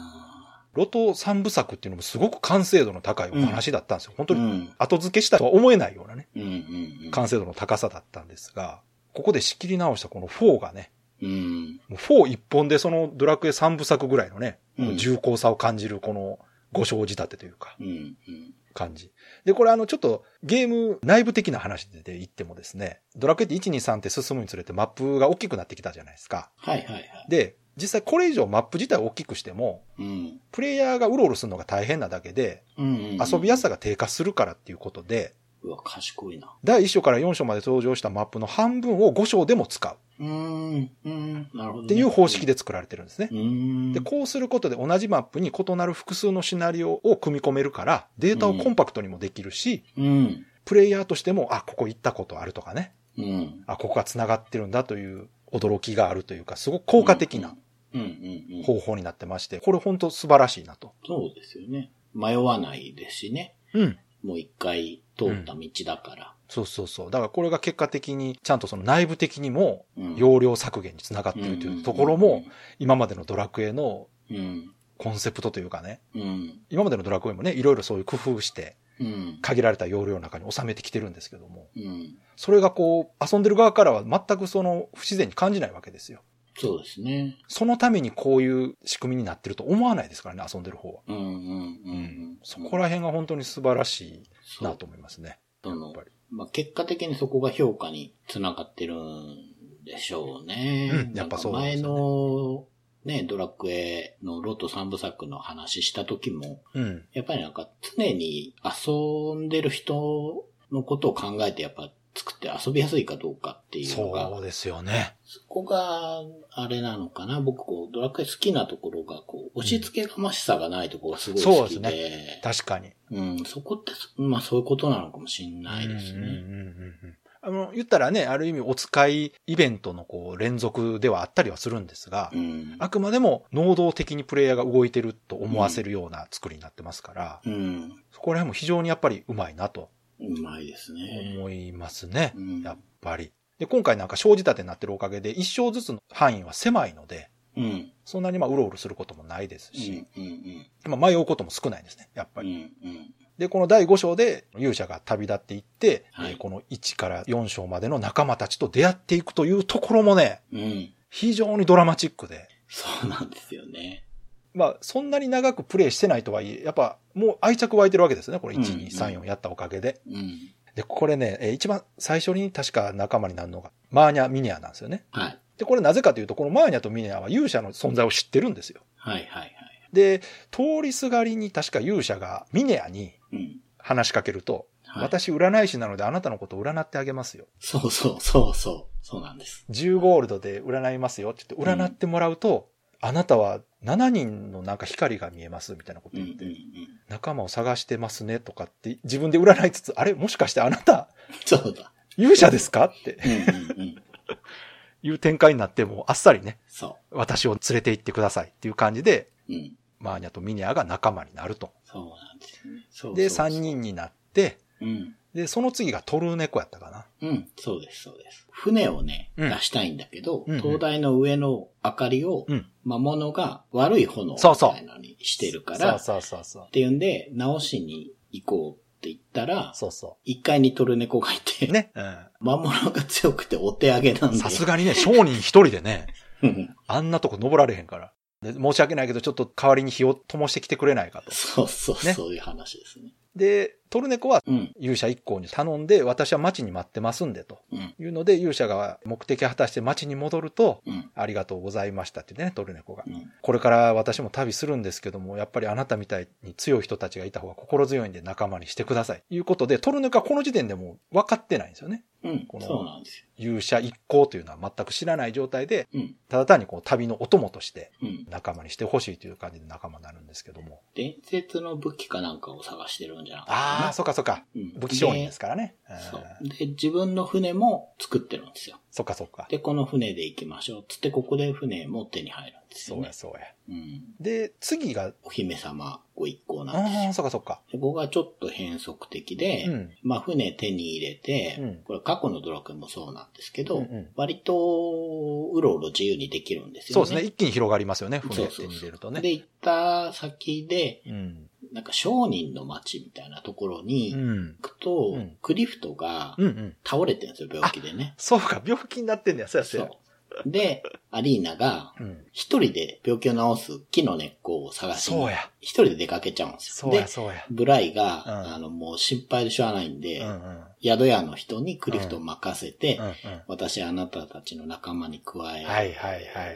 Speaker 2: 路頭三部作っていうのもすごく完成度の高いお話だったんですよ。本当
Speaker 1: う
Speaker 2: に
Speaker 1: ん。
Speaker 2: 後付けしたとは思えないようなね、
Speaker 1: うんうんうん。
Speaker 2: 完成度の高さだったんですが、ここで仕切り直したこの4がね、
Speaker 1: うん。
Speaker 2: もう4一本でそのドラクエ三部作ぐらいのね、
Speaker 1: うん
Speaker 2: 重厚さを感じるこの五章仕立てというか、
Speaker 1: うんうん。
Speaker 2: 感じ。で、これあの、ちょっとゲーム内部的な話で言ってもですね、ドラクエって1、2、3って進むにつれてマップが大きくなってきたじゃないですか。
Speaker 1: はいはいはい。
Speaker 2: で、実際これ以上マップ自体を大きくしても、
Speaker 1: うん。
Speaker 2: プレイヤーがうろうろするのが大変なだけで、
Speaker 1: うんうんうん
Speaker 2: 遊びやすさが低下するからっていうことで、
Speaker 1: うわ、賢いな。
Speaker 2: 第1章から4章まで登場したマップの半分を5章でも使う
Speaker 1: うーん。うん。なるほど、ね。
Speaker 2: っていう方式。で作られてるんですね
Speaker 1: う。ーん。
Speaker 2: で、こうすることで同じマップに異なる複数のシナリオを組み込めるから、データをコンパクトにもできるし、
Speaker 1: うん。
Speaker 2: プレイヤーとしても、あ、ここ行ったことあるとかね、
Speaker 1: うん。
Speaker 2: あ、ここが繋がってるんだという驚きがあるというか、すごく効果的な。
Speaker 1: うんうんうん。
Speaker 2: 方法になってまして、これ本当素晴らしいなと。
Speaker 1: そうですよね。迷わないですしね。
Speaker 2: うん。
Speaker 1: もう一回通った道だから。
Speaker 2: そうそうそう。だからこれが結果的に、ちゃんとその内部的にも、
Speaker 1: うん。
Speaker 2: 容量削減につながっているというところも、今までのドラクエの
Speaker 1: うん。
Speaker 2: コンセプトというかね、
Speaker 1: うん。
Speaker 2: 今までのドラクエもね、いろいろそういう工夫して、
Speaker 1: うん。
Speaker 2: 限られた容量の中に収めてきてるんですけども、
Speaker 1: うん。
Speaker 2: それがこう、遊んでる側からは全くその不自然に感じないわけですよ。
Speaker 1: そうですね。
Speaker 2: そのためにこういう仕組みになってると思わないですからね、遊んでる方は。
Speaker 1: うんうんうんうん。
Speaker 2: そこら辺が本当に素晴らしい
Speaker 1: そ
Speaker 2: な
Speaker 1: う
Speaker 2: と思いますね。
Speaker 1: そ
Speaker 2: やっ
Speaker 1: の
Speaker 2: ぱり、
Speaker 1: まあ、結果的にそこが評価につながってるんでしょうね。
Speaker 2: うんやっぱそう
Speaker 1: なんか
Speaker 2: で
Speaker 1: 前
Speaker 2: すよね
Speaker 1: の、ね、ドラクエのロト三部作の話した時も、
Speaker 2: うん。
Speaker 1: やっぱりなんか常に遊んでる人のことを考えてやっぱ作って遊びやすいかどうかっていうのが
Speaker 2: そう、ですよね。
Speaker 1: そこがあれなのかな。僕こう、ドラクエ好きなところが、こう、押し付けがましさがないところがすごい
Speaker 2: そ
Speaker 1: 好
Speaker 2: うで
Speaker 1: き
Speaker 2: す
Speaker 1: で、
Speaker 2: ね
Speaker 1: うん
Speaker 2: 確かに。
Speaker 1: そこってそ、まあそういうことなのかもしれないですね。
Speaker 2: うんうんうんうんあの、言ったらね、ある意味お使いイベントのこう連続ではあったりはするんですが、
Speaker 1: うん
Speaker 2: あくまでも能動的にプレイヤーが動いてると思わせるような作りになってますから、
Speaker 1: うん。
Speaker 2: そこら辺も非常にやっぱりうまいなと
Speaker 1: うまいですね。
Speaker 2: 思いますね
Speaker 1: う。ん。
Speaker 2: やっぱり。で、今回なんか生じたてになってるおかげで、一章ずつの範囲は狭いので、
Speaker 1: うん。うん。
Speaker 2: そんなにまあうろうろすることもないです
Speaker 1: うん。
Speaker 2: し、
Speaker 1: うん。
Speaker 2: まあ迷うことも少ないですね、やっぱ
Speaker 1: う
Speaker 2: り。
Speaker 1: ん。うん。
Speaker 2: で、この第5章で勇者が旅立っていって、
Speaker 1: はい
Speaker 2: えーこの1から4章までの仲間たちと出会っていくというところもね、
Speaker 1: うん。
Speaker 2: 非常にドラマチックで、
Speaker 1: そうなんですよね。
Speaker 2: まあ、そんなに長くプレイしてないとはいえ、やっぱもう愛着湧いてるわけですね、これ1、
Speaker 1: うん
Speaker 2: 2、3、4やったおかげで。
Speaker 1: うん。
Speaker 2: で、これね、えー一番最初に確か仲間になるのが、マーニャ・ミニャなんですよね。
Speaker 1: はい。
Speaker 2: で、これなぜかというと、このマーニャとミニャは勇者の存在を知ってるんですよ。
Speaker 1: はいはいはい。
Speaker 2: で、通りすがりに確か勇者がミニャに
Speaker 1: うん。
Speaker 2: 話しかけると、
Speaker 1: はい。
Speaker 2: 私占い師なのであなたのことを占ってあげますよ。
Speaker 1: そうそうそうそう。そうなんです。
Speaker 2: 10ゴールドで占いますよって言って、占ってもらうと、あなたは7人のなんか光が見えますみたいなこと
Speaker 1: うん。う
Speaker 2: 言
Speaker 1: ん
Speaker 2: って、。仲間を探してますねとかって、自分で占いつつ、あれもしかしてあなた、
Speaker 1: そうだ。
Speaker 2: 勇者ですかって
Speaker 1: うん。うん。うん。
Speaker 2: いう展開になって、もうあっさりね、
Speaker 1: そ
Speaker 2: 私を連れて行ってくださいっていう感じで、
Speaker 1: う。うん。
Speaker 2: マーニャとミニアが仲間になると。
Speaker 1: そうなんですよね。そう
Speaker 2: で、
Speaker 1: そう
Speaker 2: 3
Speaker 1: そう。
Speaker 2: 人になって、
Speaker 1: うん。
Speaker 2: で、その次がトルネコやったかな。
Speaker 1: うん。そうです、そうです。船をね、
Speaker 2: うん
Speaker 1: 出したいんだけど、
Speaker 2: うんうん
Speaker 1: 灯台の上の明かりを、
Speaker 2: うん
Speaker 1: 魔物が悪い炎み
Speaker 2: そうそう
Speaker 1: たいなのにしてるから、
Speaker 2: そうそうそうそう
Speaker 1: っ。ていうんで、直しに行こうって言ったら、
Speaker 2: そうそ。
Speaker 1: 一階にトルネコがいうて、
Speaker 2: ね。うん。
Speaker 1: 魔物が強くてお手上げなんで。
Speaker 2: さすがにね、商人一人でね、
Speaker 1: うん
Speaker 2: あんなとこ登られへんから。で申し訳ないけど、ちょっと代わりに火を灯してきてくれないかと。
Speaker 1: そうそう、
Speaker 2: ね
Speaker 1: そういう話ですね。
Speaker 2: で、トルネコは
Speaker 1: うん、
Speaker 2: 勇者一行に頼んで、私は町に待ってますんで、と
Speaker 1: うん、
Speaker 2: いうので、勇者が目的を果たして町に戻ると、
Speaker 1: うん、
Speaker 2: ありがとうございましたってね、トルネコが
Speaker 1: う。ん。
Speaker 2: これから私も旅するんですけども、やっぱりあなたみたいに強い人たちがいた方が心強いんで仲間にしてください。いうことで、トルネコはこの時点でもう分かってないんですよね。
Speaker 1: うん
Speaker 2: こ、の
Speaker 1: そうなんですよ。
Speaker 2: 勇者一行というのは全く知らない状態で、
Speaker 1: うん、
Speaker 2: ただ単にこう旅のお供として
Speaker 1: うん。
Speaker 2: 仲間にしてほしいという感じで仲間になるんですけども。
Speaker 1: 伝説の武器かなんかを探してるんじゃなかったか
Speaker 2: あ
Speaker 1: な
Speaker 2: あ、そっかそっか。
Speaker 1: うん
Speaker 2: 武器商人ですからね。うん
Speaker 1: そう。で、自分の船も作ってるんですよ。
Speaker 2: そっかそっか。
Speaker 1: で、この船で行きましょう。つって、ここで船も手に入るんですよ
Speaker 2: そう
Speaker 1: ね
Speaker 2: や。そうや。
Speaker 1: うん。
Speaker 2: で、次が、
Speaker 1: お姫様ご一行なんです
Speaker 2: あ
Speaker 1: よ
Speaker 2: あ、そっかそっか。
Speaker 1: で。ここがちょっと変則的で、
Speaker 2: うん。
Speaker 1: まあ船手に入れて、
Speaker 2: うん
Speaker 1: これ過去のドラクエもそうなんなんですけど、
Speaker 2: うんうん
Speaker 1: 割と、うろうろ自由にできるんです
Speaker 2: そう
Speaker 1: よね。
Speaker 2: ですね。一気に広がりますよね。船
Speaker 1: そう
Speaker 2: っ
Speaker 1: そ
Speaker 2: て
Speaker 1: う
Speaker 2: 入
Speaker 1: そ
Speaker 2: れると
Speaker 1: う。
Speaker 2: ね。
Speaker 1: で、行った先で、
Speaker 2: うん。
Speaker 1: なんか商人の町みたいなところ
Speaker 2: う
Speaker 1: に
Speaker 2: ん。
Speaker 1: 行くと、
Speaker 2: うん
Speaker 1: クリフトが
Speaker 2: うんうん。
Speaker 1: 倒れてるんですよ、病気でね。
Speaker 2: そうか、病気になってんだよ。そうやそう
Speaker 1: そ
Speaker 2: や
Speaker 1: う。。で、アリーナが、
Speaker 2: うん。
Speaker 1: 一人で病気を治す木の根っこを探しに
Speaker 2: そう、や。
Speaker 1: 一人で出かけちゃうんです
Speaker 2: そ
Speaker 1: よ。
Speaker 2: う
Speaker 1: で
Speaker 2: や、、そうや。
Speaker 1: ブライが、
Speaker 2: うん
Speaker 1: あの、もう心配でしょうがないんで、
Speaker 2: うんうん。
Speaker 1: 宿屋の人にクリフトを任せて、
Speaker 2: うんうん。
Speaker 1: 私あなたたちの仲間に加
Speaker 2: は
Speaker 1: え
Speaker 2: いはいはい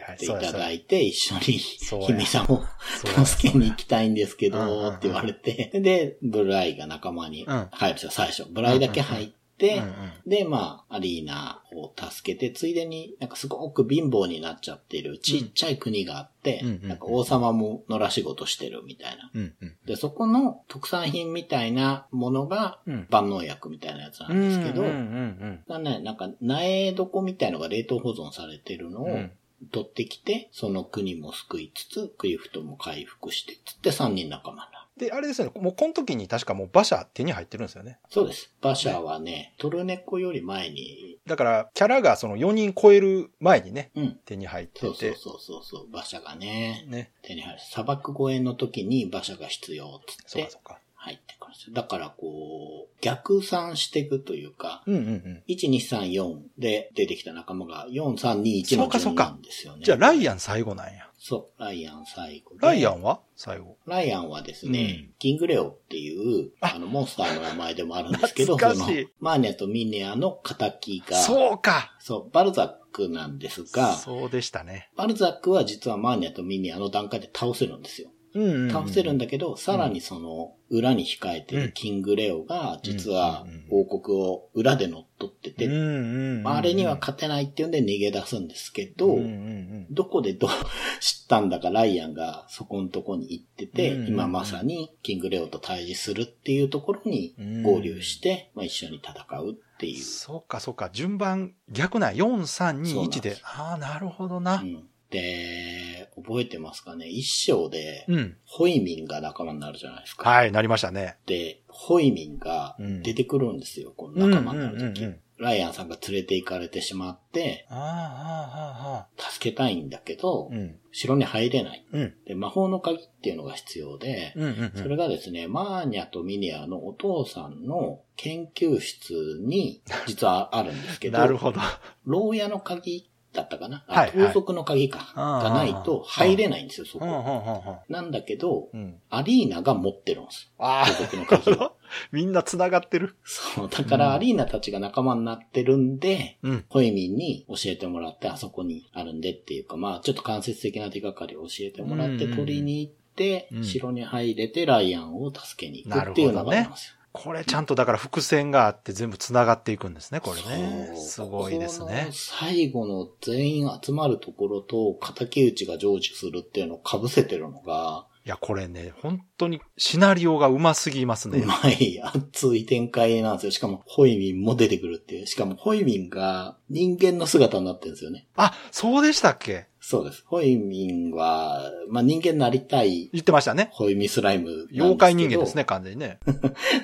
Speaker 2: はい。
Speaker 1: てい
Speaker 2: そうや
Speaker 1: た
Speaker 2: そう
Speaker 1: だ
Speaker 2: や。
Speaker 1: いて、一緒に
Speaker 2: そうや
Speaker 1: 姫様を
Speaker 2: そうや
Speaker 1: 助けに行きたいんですけ
Speaker 2: うんうんう
Speaker 1: ど、
Speaker 2: ん
Speaker 1: って言われて、で、ブライが仲間
Speaker 2: う
Speaker 1: に
Speaker 2: ん
Speaker 1: 入るんですよ、最初。ブライだけ入って、
Speaker 2: うんうん
Speaker 1: で、まあ、アリーナを助けて、ついでになんかすごく貧乏になっちゃってるちっちゃい国があって、
Speaker 2: うんうんうん
Speaker 1: なんか王様も野良仕事してるみたいな。
Speaker 2: うんうん。
Speaker 1: で、そこの特産品みたいなものが
Speaker 2: うん
Speaker 1: 万能薬みたいなやつなんですけど、
Speaker 2: うんうんうん
Speaker 1: がね、なんか苗床みたいのが冷凍保存されてるの
Speaker 2: うん。う
Speaker 1: を
Speaker 2: ん
Speaker 1: 取ってきて、その国も救いつつ、クリフトも回復して、つって3人仲間になる。
Speaker 2: で、あれですよね。もうこの時に確かもう馬車手に入ってるんですよね。
Speaker 1: そうです。馬車はね、トルネコより前に、
Speaker 2: だから、キャラがその4人超える前にね、
Speaker 1: うん。
Speaker 2: 手に入ってて。
Speaker 1: そうそうそうそうそう、馬車がね、
Speaker 2: ね。
Speaker 1: 手に入る。砂漠越えの時に馬車が必要っつっ
Speaker 2: そうか
Speaker 1: て
Speaker 2: そうか。
Speaker 1: 入ってくるんですよ。だからこう、逆算していくというか、
Speaker 2: うんうんうん。
Speaker 1: 1234で出てきた仲間が4321
Speaker 2: そう
Speaker 1: の
Speaker 2: かそう
Speaker 1: 順
Speaker 2: か
Speaker 1: なんですよね。
Speaker 2: じゃあ、ライ
Speaker 1: ン。
Speaker 2: アン最後なんや。
Speaker 1: そう、ライアン最後で。
Speaker 2: ライアンは最後。
Speaker 1: ライアンはですね、
Speaker 2: うん
Speaker 1: キングレオっていう、あの、モンスターの名前でもあるんですけど、
Speaker 2: 懐
Speaker 1: そ
Speaker 2: か
Speaker 1: の
Speaker 2: しい、
Speaker 1: マーニャとミネアの仇が、そう。
Speaker 2: そうか
Speaker 1: バルザックなんですが、
Speaker 2: そうでしたね。
Speaker 1: バルザックは実はマーニャとミネアの段階で倒せるんですよ。
Speaker 2: うんうん、
Speaker 1: 倒せるん
Speaker 2: だ。
Speaker 1: だけど、さらにその、裏に控えて
Speaker 2: うん
Speaker 1: るキングレオが、実は
Speaker 2: うんうんうん、
Speaker 1: 王国を裏で乗っ取って
Speaker 2: うんう
Speaker 1: て、
Speaker 2: んうん、
Speaker 1: まああれには勝てないっていうんで逃げ出すんですけど、
Speaker 2: うんうん
Speaker 1: どこでどう知ったんだかライアンがそこのとこに行ってて、
Speaker 2: うんうんうん
Speaker 1: 今まさにキングレオと対峙するっていうところに
Speaker 2: うん
Speaker 1: 合流して、まあ、一緒に戦うって
Speaker 2: うん
Speaker 1: いう。
Speaker 2: そうか、そうか。順番逆なんや。4、3、
Speaker 1: そ
Speaker 2: 2、
Speaker 1: うなん
Speaker 2: 1
Speaker 1: です
Speaker 2: で。ああ、なるほどな
Speaker 1: う。んで、覚えてますかね一章で、
Speaker 2: うん。
Speaker 1: ホイミンが仲間になるじゃないですか。
Speaker 2: はい、なりましたね。
Speaker 1: で、ホイミンが出てくるんですよ、この仲間になる時、
Speaker 2: うんうんうんうん
Speaker 1: ライアンさんが連れて行かれてしまって、
Speaker 2: ああ、ああ、ああ。
Speaker 1: 助けたいんだけど、
Speaker 2: うん。
Speaker 1: 城に入れない。
Speaker 2: うん。
Speaker 1: で、魔法の鍵っていうのが必要で、
Speaker 2: うんうん、うん。
Speaker 1: それがですね、マーニャとミネアのお父さんの研究室 に実はあるんですけど、
Speaker 2: なるほど。
Speaker 1: 牢屋の鍵だったかな、あ
Speaker 2: はいはい
Speaker 1: 盗賊の鍵か。
Speaker 2: あー
Speaker 1: がないと入れないんですよ、そ
Speaker 2: うん、うん、
Speaker 1: こ。なんだけど、
Speaker 2: うん。うん。
Speaker 1: アリーナが持ってるんです
Speaker 2: あ
Speaker 1: よ。盗賊 の鍵を。
Speaker 2: あ、みんな繋がってる。
Speaker 1: そう、だからアリーナたちが仲間になってるんで、
Speaker 2: うん。
Speaker 1: ホイミンに教えてもらって、あそこにあるんでっていうか、まあ、ちょっと間接的な手がかりを教えてもらって、
Speaker 2: うんうんうん
Speaker 1: 取りに行って、
Speaker 2: うん
Speaker 1: 城に入れて、ライアンを助けに行くっていうのがありますよ。
Speaker 2: これちゃんとだから伏線があって全部繋がっていくんですね、これね。
Speaker 1: そう
Speaker 2: すごいです
Speaker 1: ここ
Speaker 2: ね
Speaker 1: の。最後の全員集まるところと、敵討ちが成就するっていうのを被せてるのが、
Speaker 2: いや、これね、本当にシナリオがうますぎますね
Speaker 1: う。まい、熱い展開なんですよ。しかも、ホイミンも出てくるっていう。しかも、ホイミンが人間の姿になってるんですよね。
Speaker 2: あ、そうでしたっけ
Speaker 1: そうです。ホイミンは、まあ、人間になりたい、
Speaker 2: 言ってましたね。
Speaker 1: ホイミスライムなんですけど。
Speaker 2: 妖怪人間ですね、。完全にね。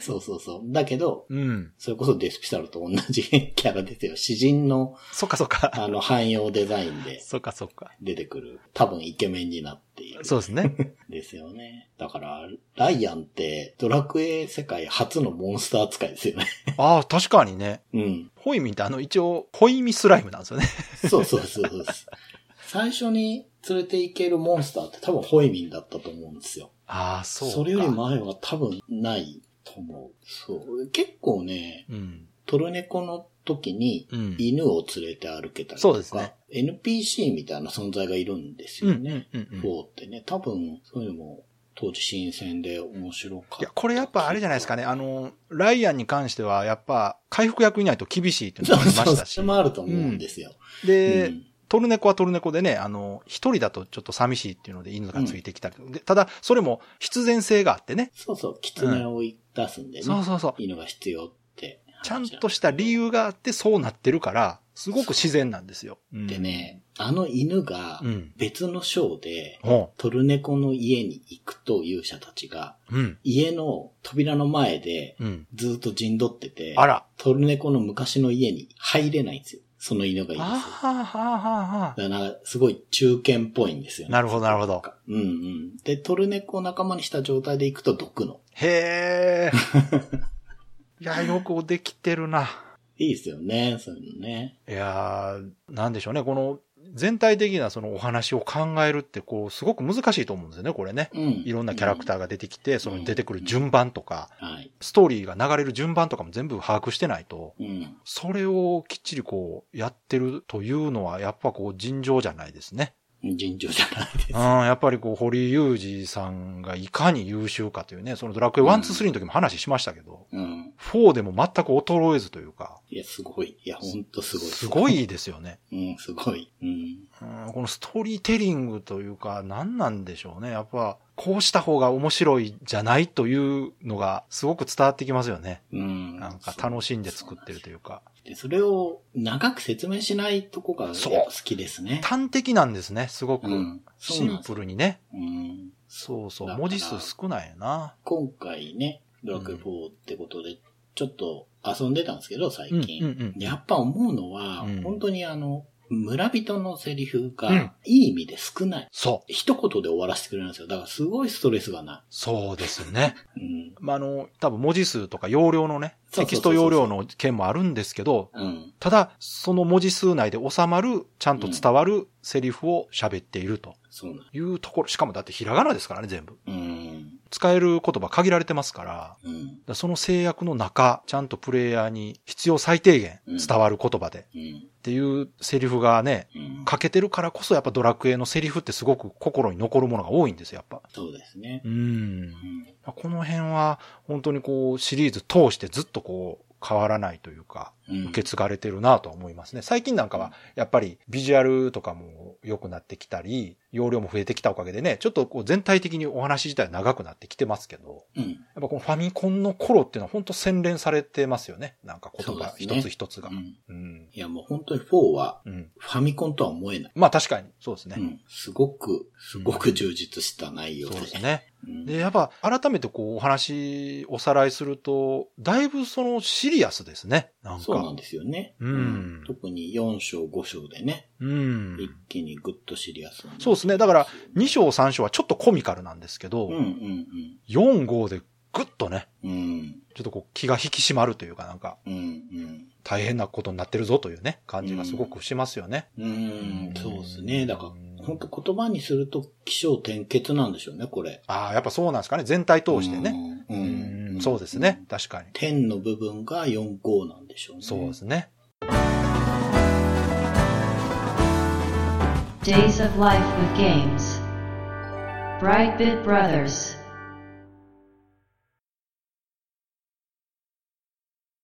Speaker 1: そうそうそう。だけど、
Speaker 2: うん。
Speaker 1: それこそデスピサルと同じ キャラですよ。詩人の、
Speaker 2: そっかそっ か。
Speaker 1: あの、汎用デザインで
Speaker 2: そっかそっか。
Speaker 1: 出てくる。多分イケメンになっている。
Speaker 2: そうですね。
Speaker 1: ですよね。だから、ライアンって、ドラクエ世界初のモンスター扱いですよね。
Speaker 2: ああ、確かにね。
Speaker 1: うん。
Speaker 2: ホイミンってあの、一応、ホイミスライムなんですよね。
Speaker 1: そうそうそうそうです。最初に連れて行けるモンスターって多分ホイミンだったと思うんですよ。
Speaker 2: ああ、
Speaker 1: そ
Speaker 2: そうか。
Speaker 1: れより前は多分ないと思う。そう。結構ね、
Speaker 2: うん。
Speaker 1: トルネコの時に
Speaker 2: うん。
Speaker 1: 犬を連れて歩けたりとか、
Speaker 2: そうですね
Speaker 1: NPC みたいな存在がいるんです
Speaker 2: うん
Speaker 1: よ
Speaker 2: うん
Speaker 1: ね。
Speaker 2: うんうん。
Speaker 1: 4ってね、多分そういうのも当時新鮮で面白かった。
Speaker 2: いや、これやっぱあれじゃないですかね。あの、ライアンに関しては、やっぱ、回復役いないと厳しいっていう
Speaker 1: そ
Speaker 2: の
Speaker 1: う
Speaker 2: もありま
Speaker 1: そう、
Speaker 2: した
Speaker 1: そ
Speaker 2: し
Speaker 1: れ。もあると思うんですよ。
Speaker 2: で、
Speaker 1: うん
Speaker 2: トルネコはトルネコでね、あの、一人だとちょっと寂しいっていうので犬がついてきたりとか、でただ、それも必然性があってね。
Speaker 1: そうそう、狐を追い出すんでね。
Speaker 2: そうそうそう。
Speaker 1: 犬が必要って。
Speaker 2: ちゃんとした理。由があってそうなってるから、すごく自然なんですよ。うん
Speaker 1: で。ね、あの犬が
Speaker 2: うん。
Speaker 1: 別のショーで、
Speaker 2: ほ
Speaker 1: トルネコの家に行くと勇者たちが、
Speaker 2: う。うん。
Speaker 1: 家の扉の前で
Speaker 2: うん。
Speaker 1: ずっと陣取ってて、
Speaker 2: あら。
Speaker 1: トルネコの昔の家に入れないんですよ。その犬がいいです。
Speaker 2: あはあはあはあはあ。
Speaker 1: だからなんかすごい中堅っぽいんですよね。
Speaker 2: なるほど、なるほど。
Speaker 1: うんうん。で、トルネコを仲間にした状態で行くと毒の。
Speaker 2: へえ。 いや、よくできてるな。
Speaker 1: いいですよね、そういうのね。
Speaker 2: いやー、なんでしょうね。この全体的なそのお話を考えるって、こう、すごく難しいと思うんですよね、これね。
Speaker 1: うん。
Speaker 2: いろんなキャラクターが出てきて、その出てくる順番とか、
Speaker 1: ー。はい。
Speaker 2: ストーリーが流れる順番とかも全部把握してないと、
Speaker 1: うん。
Speaker 2: それをきっちりこう、やってるというのは、やっぱこう、尋常じゃないですね。
Speaker 1: 尋常じゃないです
Speaker 2: うん、。やっぱりこう、堀裕二さんがいかに優秀かというね、そのドラクエ1、2、3の時も話しましたけど、
Speaker 1: うん。
Speaker 2: 4でも全く衰えずというか、
Speaker 1: いや、すごい。いや、ほんとすごい。
Speaker 2: すご。いですよね。
Speaker 1: うん、すごい。うん。
Speaker 2: うんこのストーリーテリングというか、何なんでしょうね。やっぱ、こうした方が面白いじゃないというのが、すごく伝わってきますよね。
Speaker 1: うん。
Speaker 2: なんか楽しんで作ってるというか。
Speaker 1: で、それを長く説明しないとこがやっぱ
Speaker 2: そう
Speaker 1: 好きですね。
Speaker 2: 端的なんですね、すごく。
Speaker 1: うん。
Speaker 2: シンプ
Speaker 1: ル。
Speaker 2: ルにね。
Speaker 1: うん。
Speaker 2: そうそ
Speaker 1: だ
Speaker 2: う。
Speaker 1: から
Speaker 2: 文字数少ないよな。
Speaker 1: 今回ね、ドラクエ4ってことで、ちょっと遊んでたんですけど、最近。
Speaker 2: うんうんうん
Speaker 1: でやっぱ思うのは、
Speaker 2: うん
Speaker 1: 本当にあの、村人のセリフ
Speaker 2: うん
Speaker 1: が、いい意味で少ない。
Speaker 2: そう。
Speaker 1: 一言で終わらせてくれるんですよ。だからすごいストレスがな
Speaker 2: そうです ね。
Speaker 1: い。うん。
Speaker 2: まあ、あの、多分文字数とか容量のね、
Speaker 1: そう
Speaker 2: テ
Speaker 1: そ
Speaker 2: キ
Speaker 1: うそう
Speaker 2: ス
Speaker 1: そ
Speaker 2: ト
Speaker 1: う
Speaker 2: 容量の件もあるんですけど、
Speaker 1: うん。
Speaker 2: ただ、その文字数内で収まる、ちゃんと伝わるセリフを喋っていると
Speaker 1: そうなん。
Speaker 2: いうところ。しかもだってひらがなですからね、全部。
Speaker 1: うん。
Speaker 2: 使える言葉限られてますから、だか
Speaker 1: うん。
Speaker 2: らその制約の中、ちゃんとプレイヤーに必要最低限
Speaker 1: うん
Speaker 2: 伝わる言葉でっ
Speaker 1: うん。
Speaker 2: ていうセリフがね、
Speaker 1: うん。
Speaker 2: 欠けてるからこそやっぱドラクエのセリフってすごく心に残るものが多いんですよ、やっぱ。
Speaker 1: そうですね。
Speaker 2: うん
Speaker 1: う。ん。
Speaker 2: この辺は本当にこうシリーズ通してずっとこう変わらないというか、
Speaker 1: うん
Speaker 2: 受け継がれてるなとは思いますね。最近なんかはやっぱりビジュアルとかも良くなってきたり、容量も増えてきたおかげでね、ちょっとこう全体的にお話自体長くなってきてますけど、
Speaker 1: うん。
Speaker 2: やっぱこのファミコンの頃っていうのは本当洗練されてますよね。なんか言葉
Speaker 1: そうですね
Speaker 2: 一つ一つが。
Speaker 1: う。
Speaker 2: うんん。
Speaker 1: いや、もう本当に4は、
Speaker 2: うん。
Speaker 1: ファミコンとは思えない。
Speaker 2: まあ確かに、そうですね。
Speaker 1: うん。すごく、すごく充実した内容
Speaker 2: そう
Speaker 1: で。
Speaker 2: ですね。
Speaker 1: うん。
Speaker 2: で、やっぱ改めてこうお話おさらいすると、だいぶそのシリアスですね。なんか。
Speaker 1: そうなんですよね。
Speaker 2: うん
Speaker 1: 特に4章、5章でね、
Speaker 2: うん。
Speaker 1: 一気にグッとシリアスになる
Speaker 2: そうですね。だから、2章3章はちょっとコミカルなんですけど、
Speaker 1: うんうん
Speaker 2: 4、5でぐっとね、
Speaker 1: うん。うん。
Speaker 2: ちょっとこう気が引き締まるというかなんか、
Speaker 1: うんうん。
Speaker 2: 大変なことになってるぞというね、感じがすごくしますよね。
Speaker 1: うん、そうですね。だから、本当言葉にすると、気象転結なんでしょうね、これ。
Speaker 2: ああ、やっぱそうなんですかね。全体通してね。
Speaker 1: う。
Speaker 2: うんん、そうですね。。確かに。
Speaker 1: 天の部分が4、5なんでしょうね。
Speaker 2: そうですね。
Speaker 3: Days of Life with Games. Brightbit Brothers.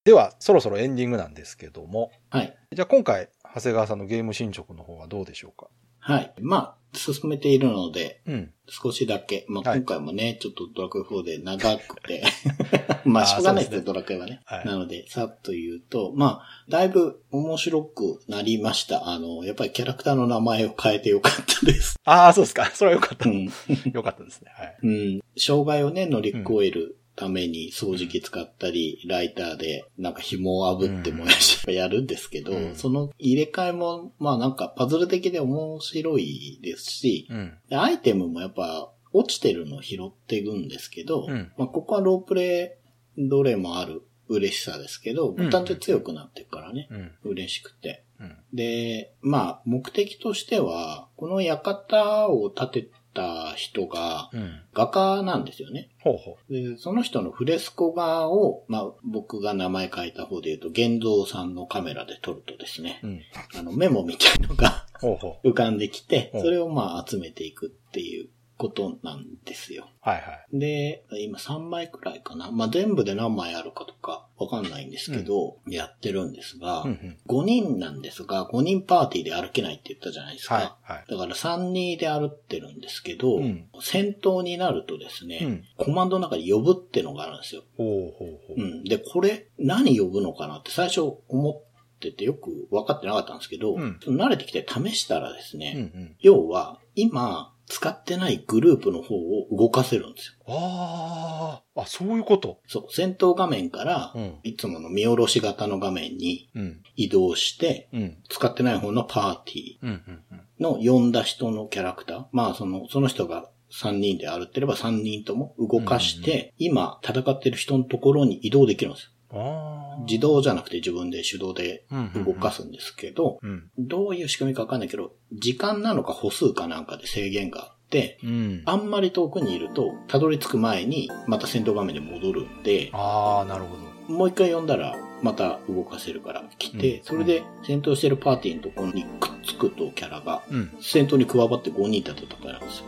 Speaker 2: では、そろそろエンディングなんですけども、
Speaker 1: はい。
Speaker 2: じゃあ今回、長谷川さんのゲーム進捗の方はどうでしょうか
Speaker 1: はい。まあ、進めているので、
Speaker 2: うん。
Speaker 1: 少しだけ。まあ、
Speaker 2: はい
Speaker 1: 今回もね、ちょっとドラクエ4で長くて。 まあ、
Speaker 2: あー
Speaker 1: しょうがないですね、
Speaker 2: そ
Speaker 1: ドラクエはね。
Speaker 2: はい
Speaker 1: なので、さっと言うと、まあ、だいぶ面白くなりました。あの、やっぱりキャラクターの名前を変えてよかったです。
Speaker 2: ああ、そうですか。 それはよかった
Speaker 1: う。ん。
Speaker 2: よかったですね。はい。
Speaker 1: うん。障害をね、乗り越えるために掃除機使ったり、ライターでなんか紐を炙って燃やしてやるんですけど、
Speaker 2: うん
Speaker 1: その入れ替えも、まあなんかパズル的で面白いですし、
Speaker 2: うん。
Speaker 1: でアイテムもやっぱ落ちてるのを拾っていくんですけど、
Speaker 2: うん
Speaker 1: まあここはロープレイどれもある嬉しさですけど、
Speaker 2: うん
Speaker 1: 単純に強くなっていくからね、
Speaker 2: うん。
Speaker 1: 嬉しくて。
Speaker 2: うん。
Speaker 1: で、まあ目的としては、この館を建てた人が、
Speaker 2: うん。
Speaker 1: 画家なんですよね。
Speaker 2: ほうほ
Speaker 1: で、その人のフレスコ画を、まあ、僕が名前書いた方で言うと、玄蔵さんのカメラで撮るとですね
Speaker 2: う。、うん。
Speaker 1: あの、メモみたいのが
Speaker 2: ほうほう。
Speaker 1: 浮かんできて、
Speaker 2: うん
Speaker 1: それをまあ、集めていくっていうことなんですよ。
Speaker 2: はいはい。
Speaker 1: で、今3枚くらいかな。まあ、全部で何枚あるかとか、わかんないんですけど、やってるんですが、
Speaker 2: うんうん。
Speaker 1: 5人なんですが、5人パーティーで歩けないって言ったじゃないですか。
Speaker 2: はいはい。
Speaker 1: だから3、2で歩ってるんですけど、
Speaker 2: うん
Speaker 1: 戦闘になるとですね、
Speaker 2: うん
Speaker 1: コマンドの中に呼ぶってのがあるんですよ。
Speaker 2: ほうほう
Speaker 1: う
Speaker 2: ほう。
Speaker 1: ん。で、これ、何呼ぶのかなって最初思っててよく分かってなかったんですけど、
Speaker 2: うん
Speaker 1: 慣れてきて試したらです
Speaker 2: うんう
Speaker 1: ね、
Speaker 2: ん。
Speaker 1: 要は、今、使ってないグループの方を動かせるんですよ。
Speaker 2: ああ、あ、そういうこと。
Speaker 1: そう、戦闘画面から
Speaker 2: うん、
Speaker 1: いつもの見下ろし型の画面に
Speaker 2: うん、
Speaker 1: 移動して、
Speaker 2: うん、
Speaker 1: 使ってない方のパーテ
Speaker 2: うん、うん、うん。
Speaker 1: ィーの呼んだ人のキャラクター、まあその、その人が3人で歩ってれば3人とも動かして、今戦ってる人のところに移動できるんですよ。
Speaker 2: ああ。
Speaker 1: 自動じゃなくて自分で手動で動かすんですけど、
Speaker 2: うん。
Speaker 1: どういう仕組みかわかんないけど、時間なのか歩数かなんかで制限があって、
Speaker 2: うん。
Speaker 1: あんまり遠くにいると、たどり着く前にまた戦闘画面に戻るんで、
Speaker 2: ああ、なるほど。
Speaker 1: もう一回呼んだらまた動かせるから来て、
Speaker 2: うん
Speaker 1: それで戦闘してるパーティーのところにくっつくとキャラが、
Speaker 2: うん。
Speaker 1: 戦闘に加わって5人だと戦えるんですよ。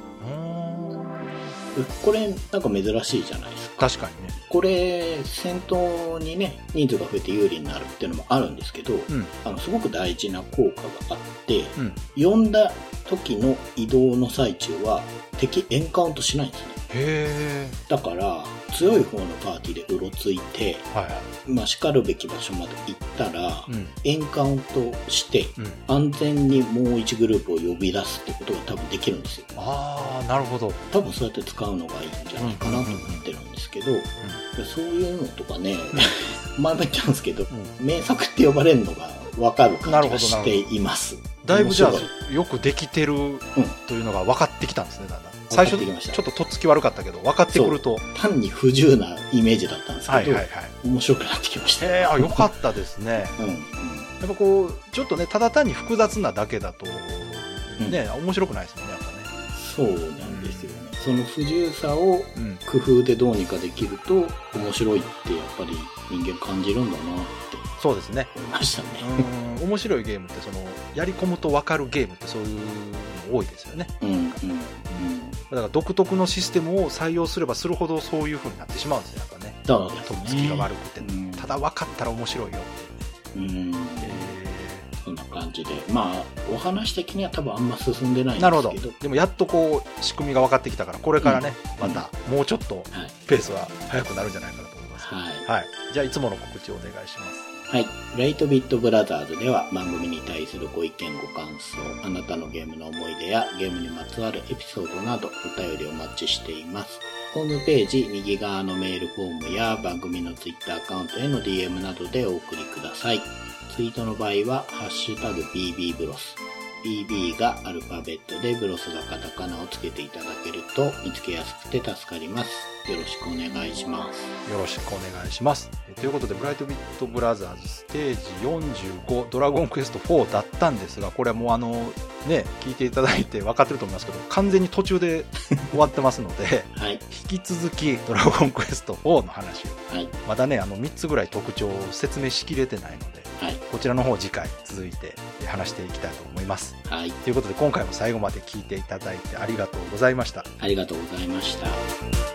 Speaker 1: でこれなんか珍しいじゃないですか。
Speaker 2: 確かにね。
Speaker 1: これ、戦闘にね、人数が増えて有利になるっていうのもあるんですけど、
Speaker 2: うん
Speaker 1: あの、すごく大事な効果があって、
Speaker 2: うん。
Speaker 1: 呼んだ時の移動の最中は敵エンカウントしないんですね
Speaker 2: へえ。
Speaker 1: だから強い方のパーティーでうろついて、
Speaker 2: はいは
Speaker 1: まあ、叱るべき場所まで行ったら、
Speaker 2: い。うん。
Speaker 1: エンカウントして
Speaker 2: うん。
Speaker 1: 安全にもう一グループを呼び出すってことが多分できるんですよ
Speaker 2: ああ、なるほど。
Speaker 1: 多分そうやって使うのがいいんじゃないかなと思ってるんですけど、そういうのとかね、 前も言ったんですけど、名作って呼ばれるのが分かる感じがしています
Speaker 2: だいぶじゃ
Speaker 1: 面白
Speaker 2: あ、よくできてるというのが分かってきたんですね、だんだん。最初、
Speaker 1: 分かってきまし
Speaker 2: ち
Speaker 1: た
Speaker 2: ょっととっつき悪かったけど、分かってくると。
Speaker 1: 単に不自由なイメージだったんですけど、
Speaker 2: はいはいはい。
Speaker 1: 面白くなってきました。
Speaker 2: へえ、あ、よかったですね。
Speaker 1: うん。
Speaker 2: やっぱこう、ちょっとね、ただ単に複雑なだけだと、
Speaker 1: うん
Speaker 2: ね、面白くないですもんね、やっぱね。
Speaker 1: そうなんですよね。その不自由さ
Speaker 2: う
Speaker 1: を
Speaker 2: ん。
Speaker 1: 工夫でどうにかできると面白いってやっぱり人間感じるんだなって
Speaker 2: そうですね。
Speaker 1: 思いましたね。
Speaker 2: うん面白いゲームってそのやり込むと分かるゲームってそういうの多いですよね
Speaker 1: うんうんうん。
Speaker 2: だから独特のシステムを採用すればするほどそういう風になってしまうんですよやっぱね
Speaker 1: だからです
Speaker 2: と
Speaker 1: ね
Speaker 2: っつきが悪くて、
Speaker 1: うん
Speaker 2: ただ分かったら面白いよっ
Speaker 1: うん。
Speaker 2: ていう
Speaker 1: そんな感じで。まあ、お話的には多分あんま進んでないんで
Speaker 2: な
Speaker 1: すけど。
Speaker 2: るほどでもやっとこう仕組みが分かってきたからこれからね、
Speaker 1: う
Speaker 2: ま
Speaker 1: ん
Speaker 2: たもうちょっと
Speaker 1: はい。
Speaker 2: ペースは速くなるんじゃないかなと思います
Speaker 1: はい。
Speaker 2: はいじゃあいつもの告知をお願いします
Speaker 1: はい。ライトビットブラザーズでは番組に対するご意見ご感想、あなたのゲームの思い出やゲームにまつわるエピソードなどお便りお待ちしています。ホームページ右側のメールフォームや番組のツイッターアカウントへの DM などでお送りください。ツイートの場合は、ハッシュタグ BB ブロス。BB がアルファベットでブロスがカタカナをつけていただけると見つけやすくて助かります。よろしくお願いします。
Speaker 2: よろしくお願いしますえということで「ブライトビットブラザーズステージ45ドラゴンクエスト4」だったんですがこれはもうあのね聞いていただいて分かってると思いますけど完全に途中で終わってますので
Speaker 1: はい。
Speaker 2: 引き続き「ドラゴンクエスト4」の話を
Speaker 1: はい。
Speaker 2: まだねあの3つぐらい特徴を説明しきれてないので
Speaker 1: はい。
Speaker 2: こちらの方次回続いて話していきたいと思います
Speaker 1: はい。
Speaker 2: ということで今回も最後まで聞いていただいてありがとうございました
Speaker 1: ありがとうございました。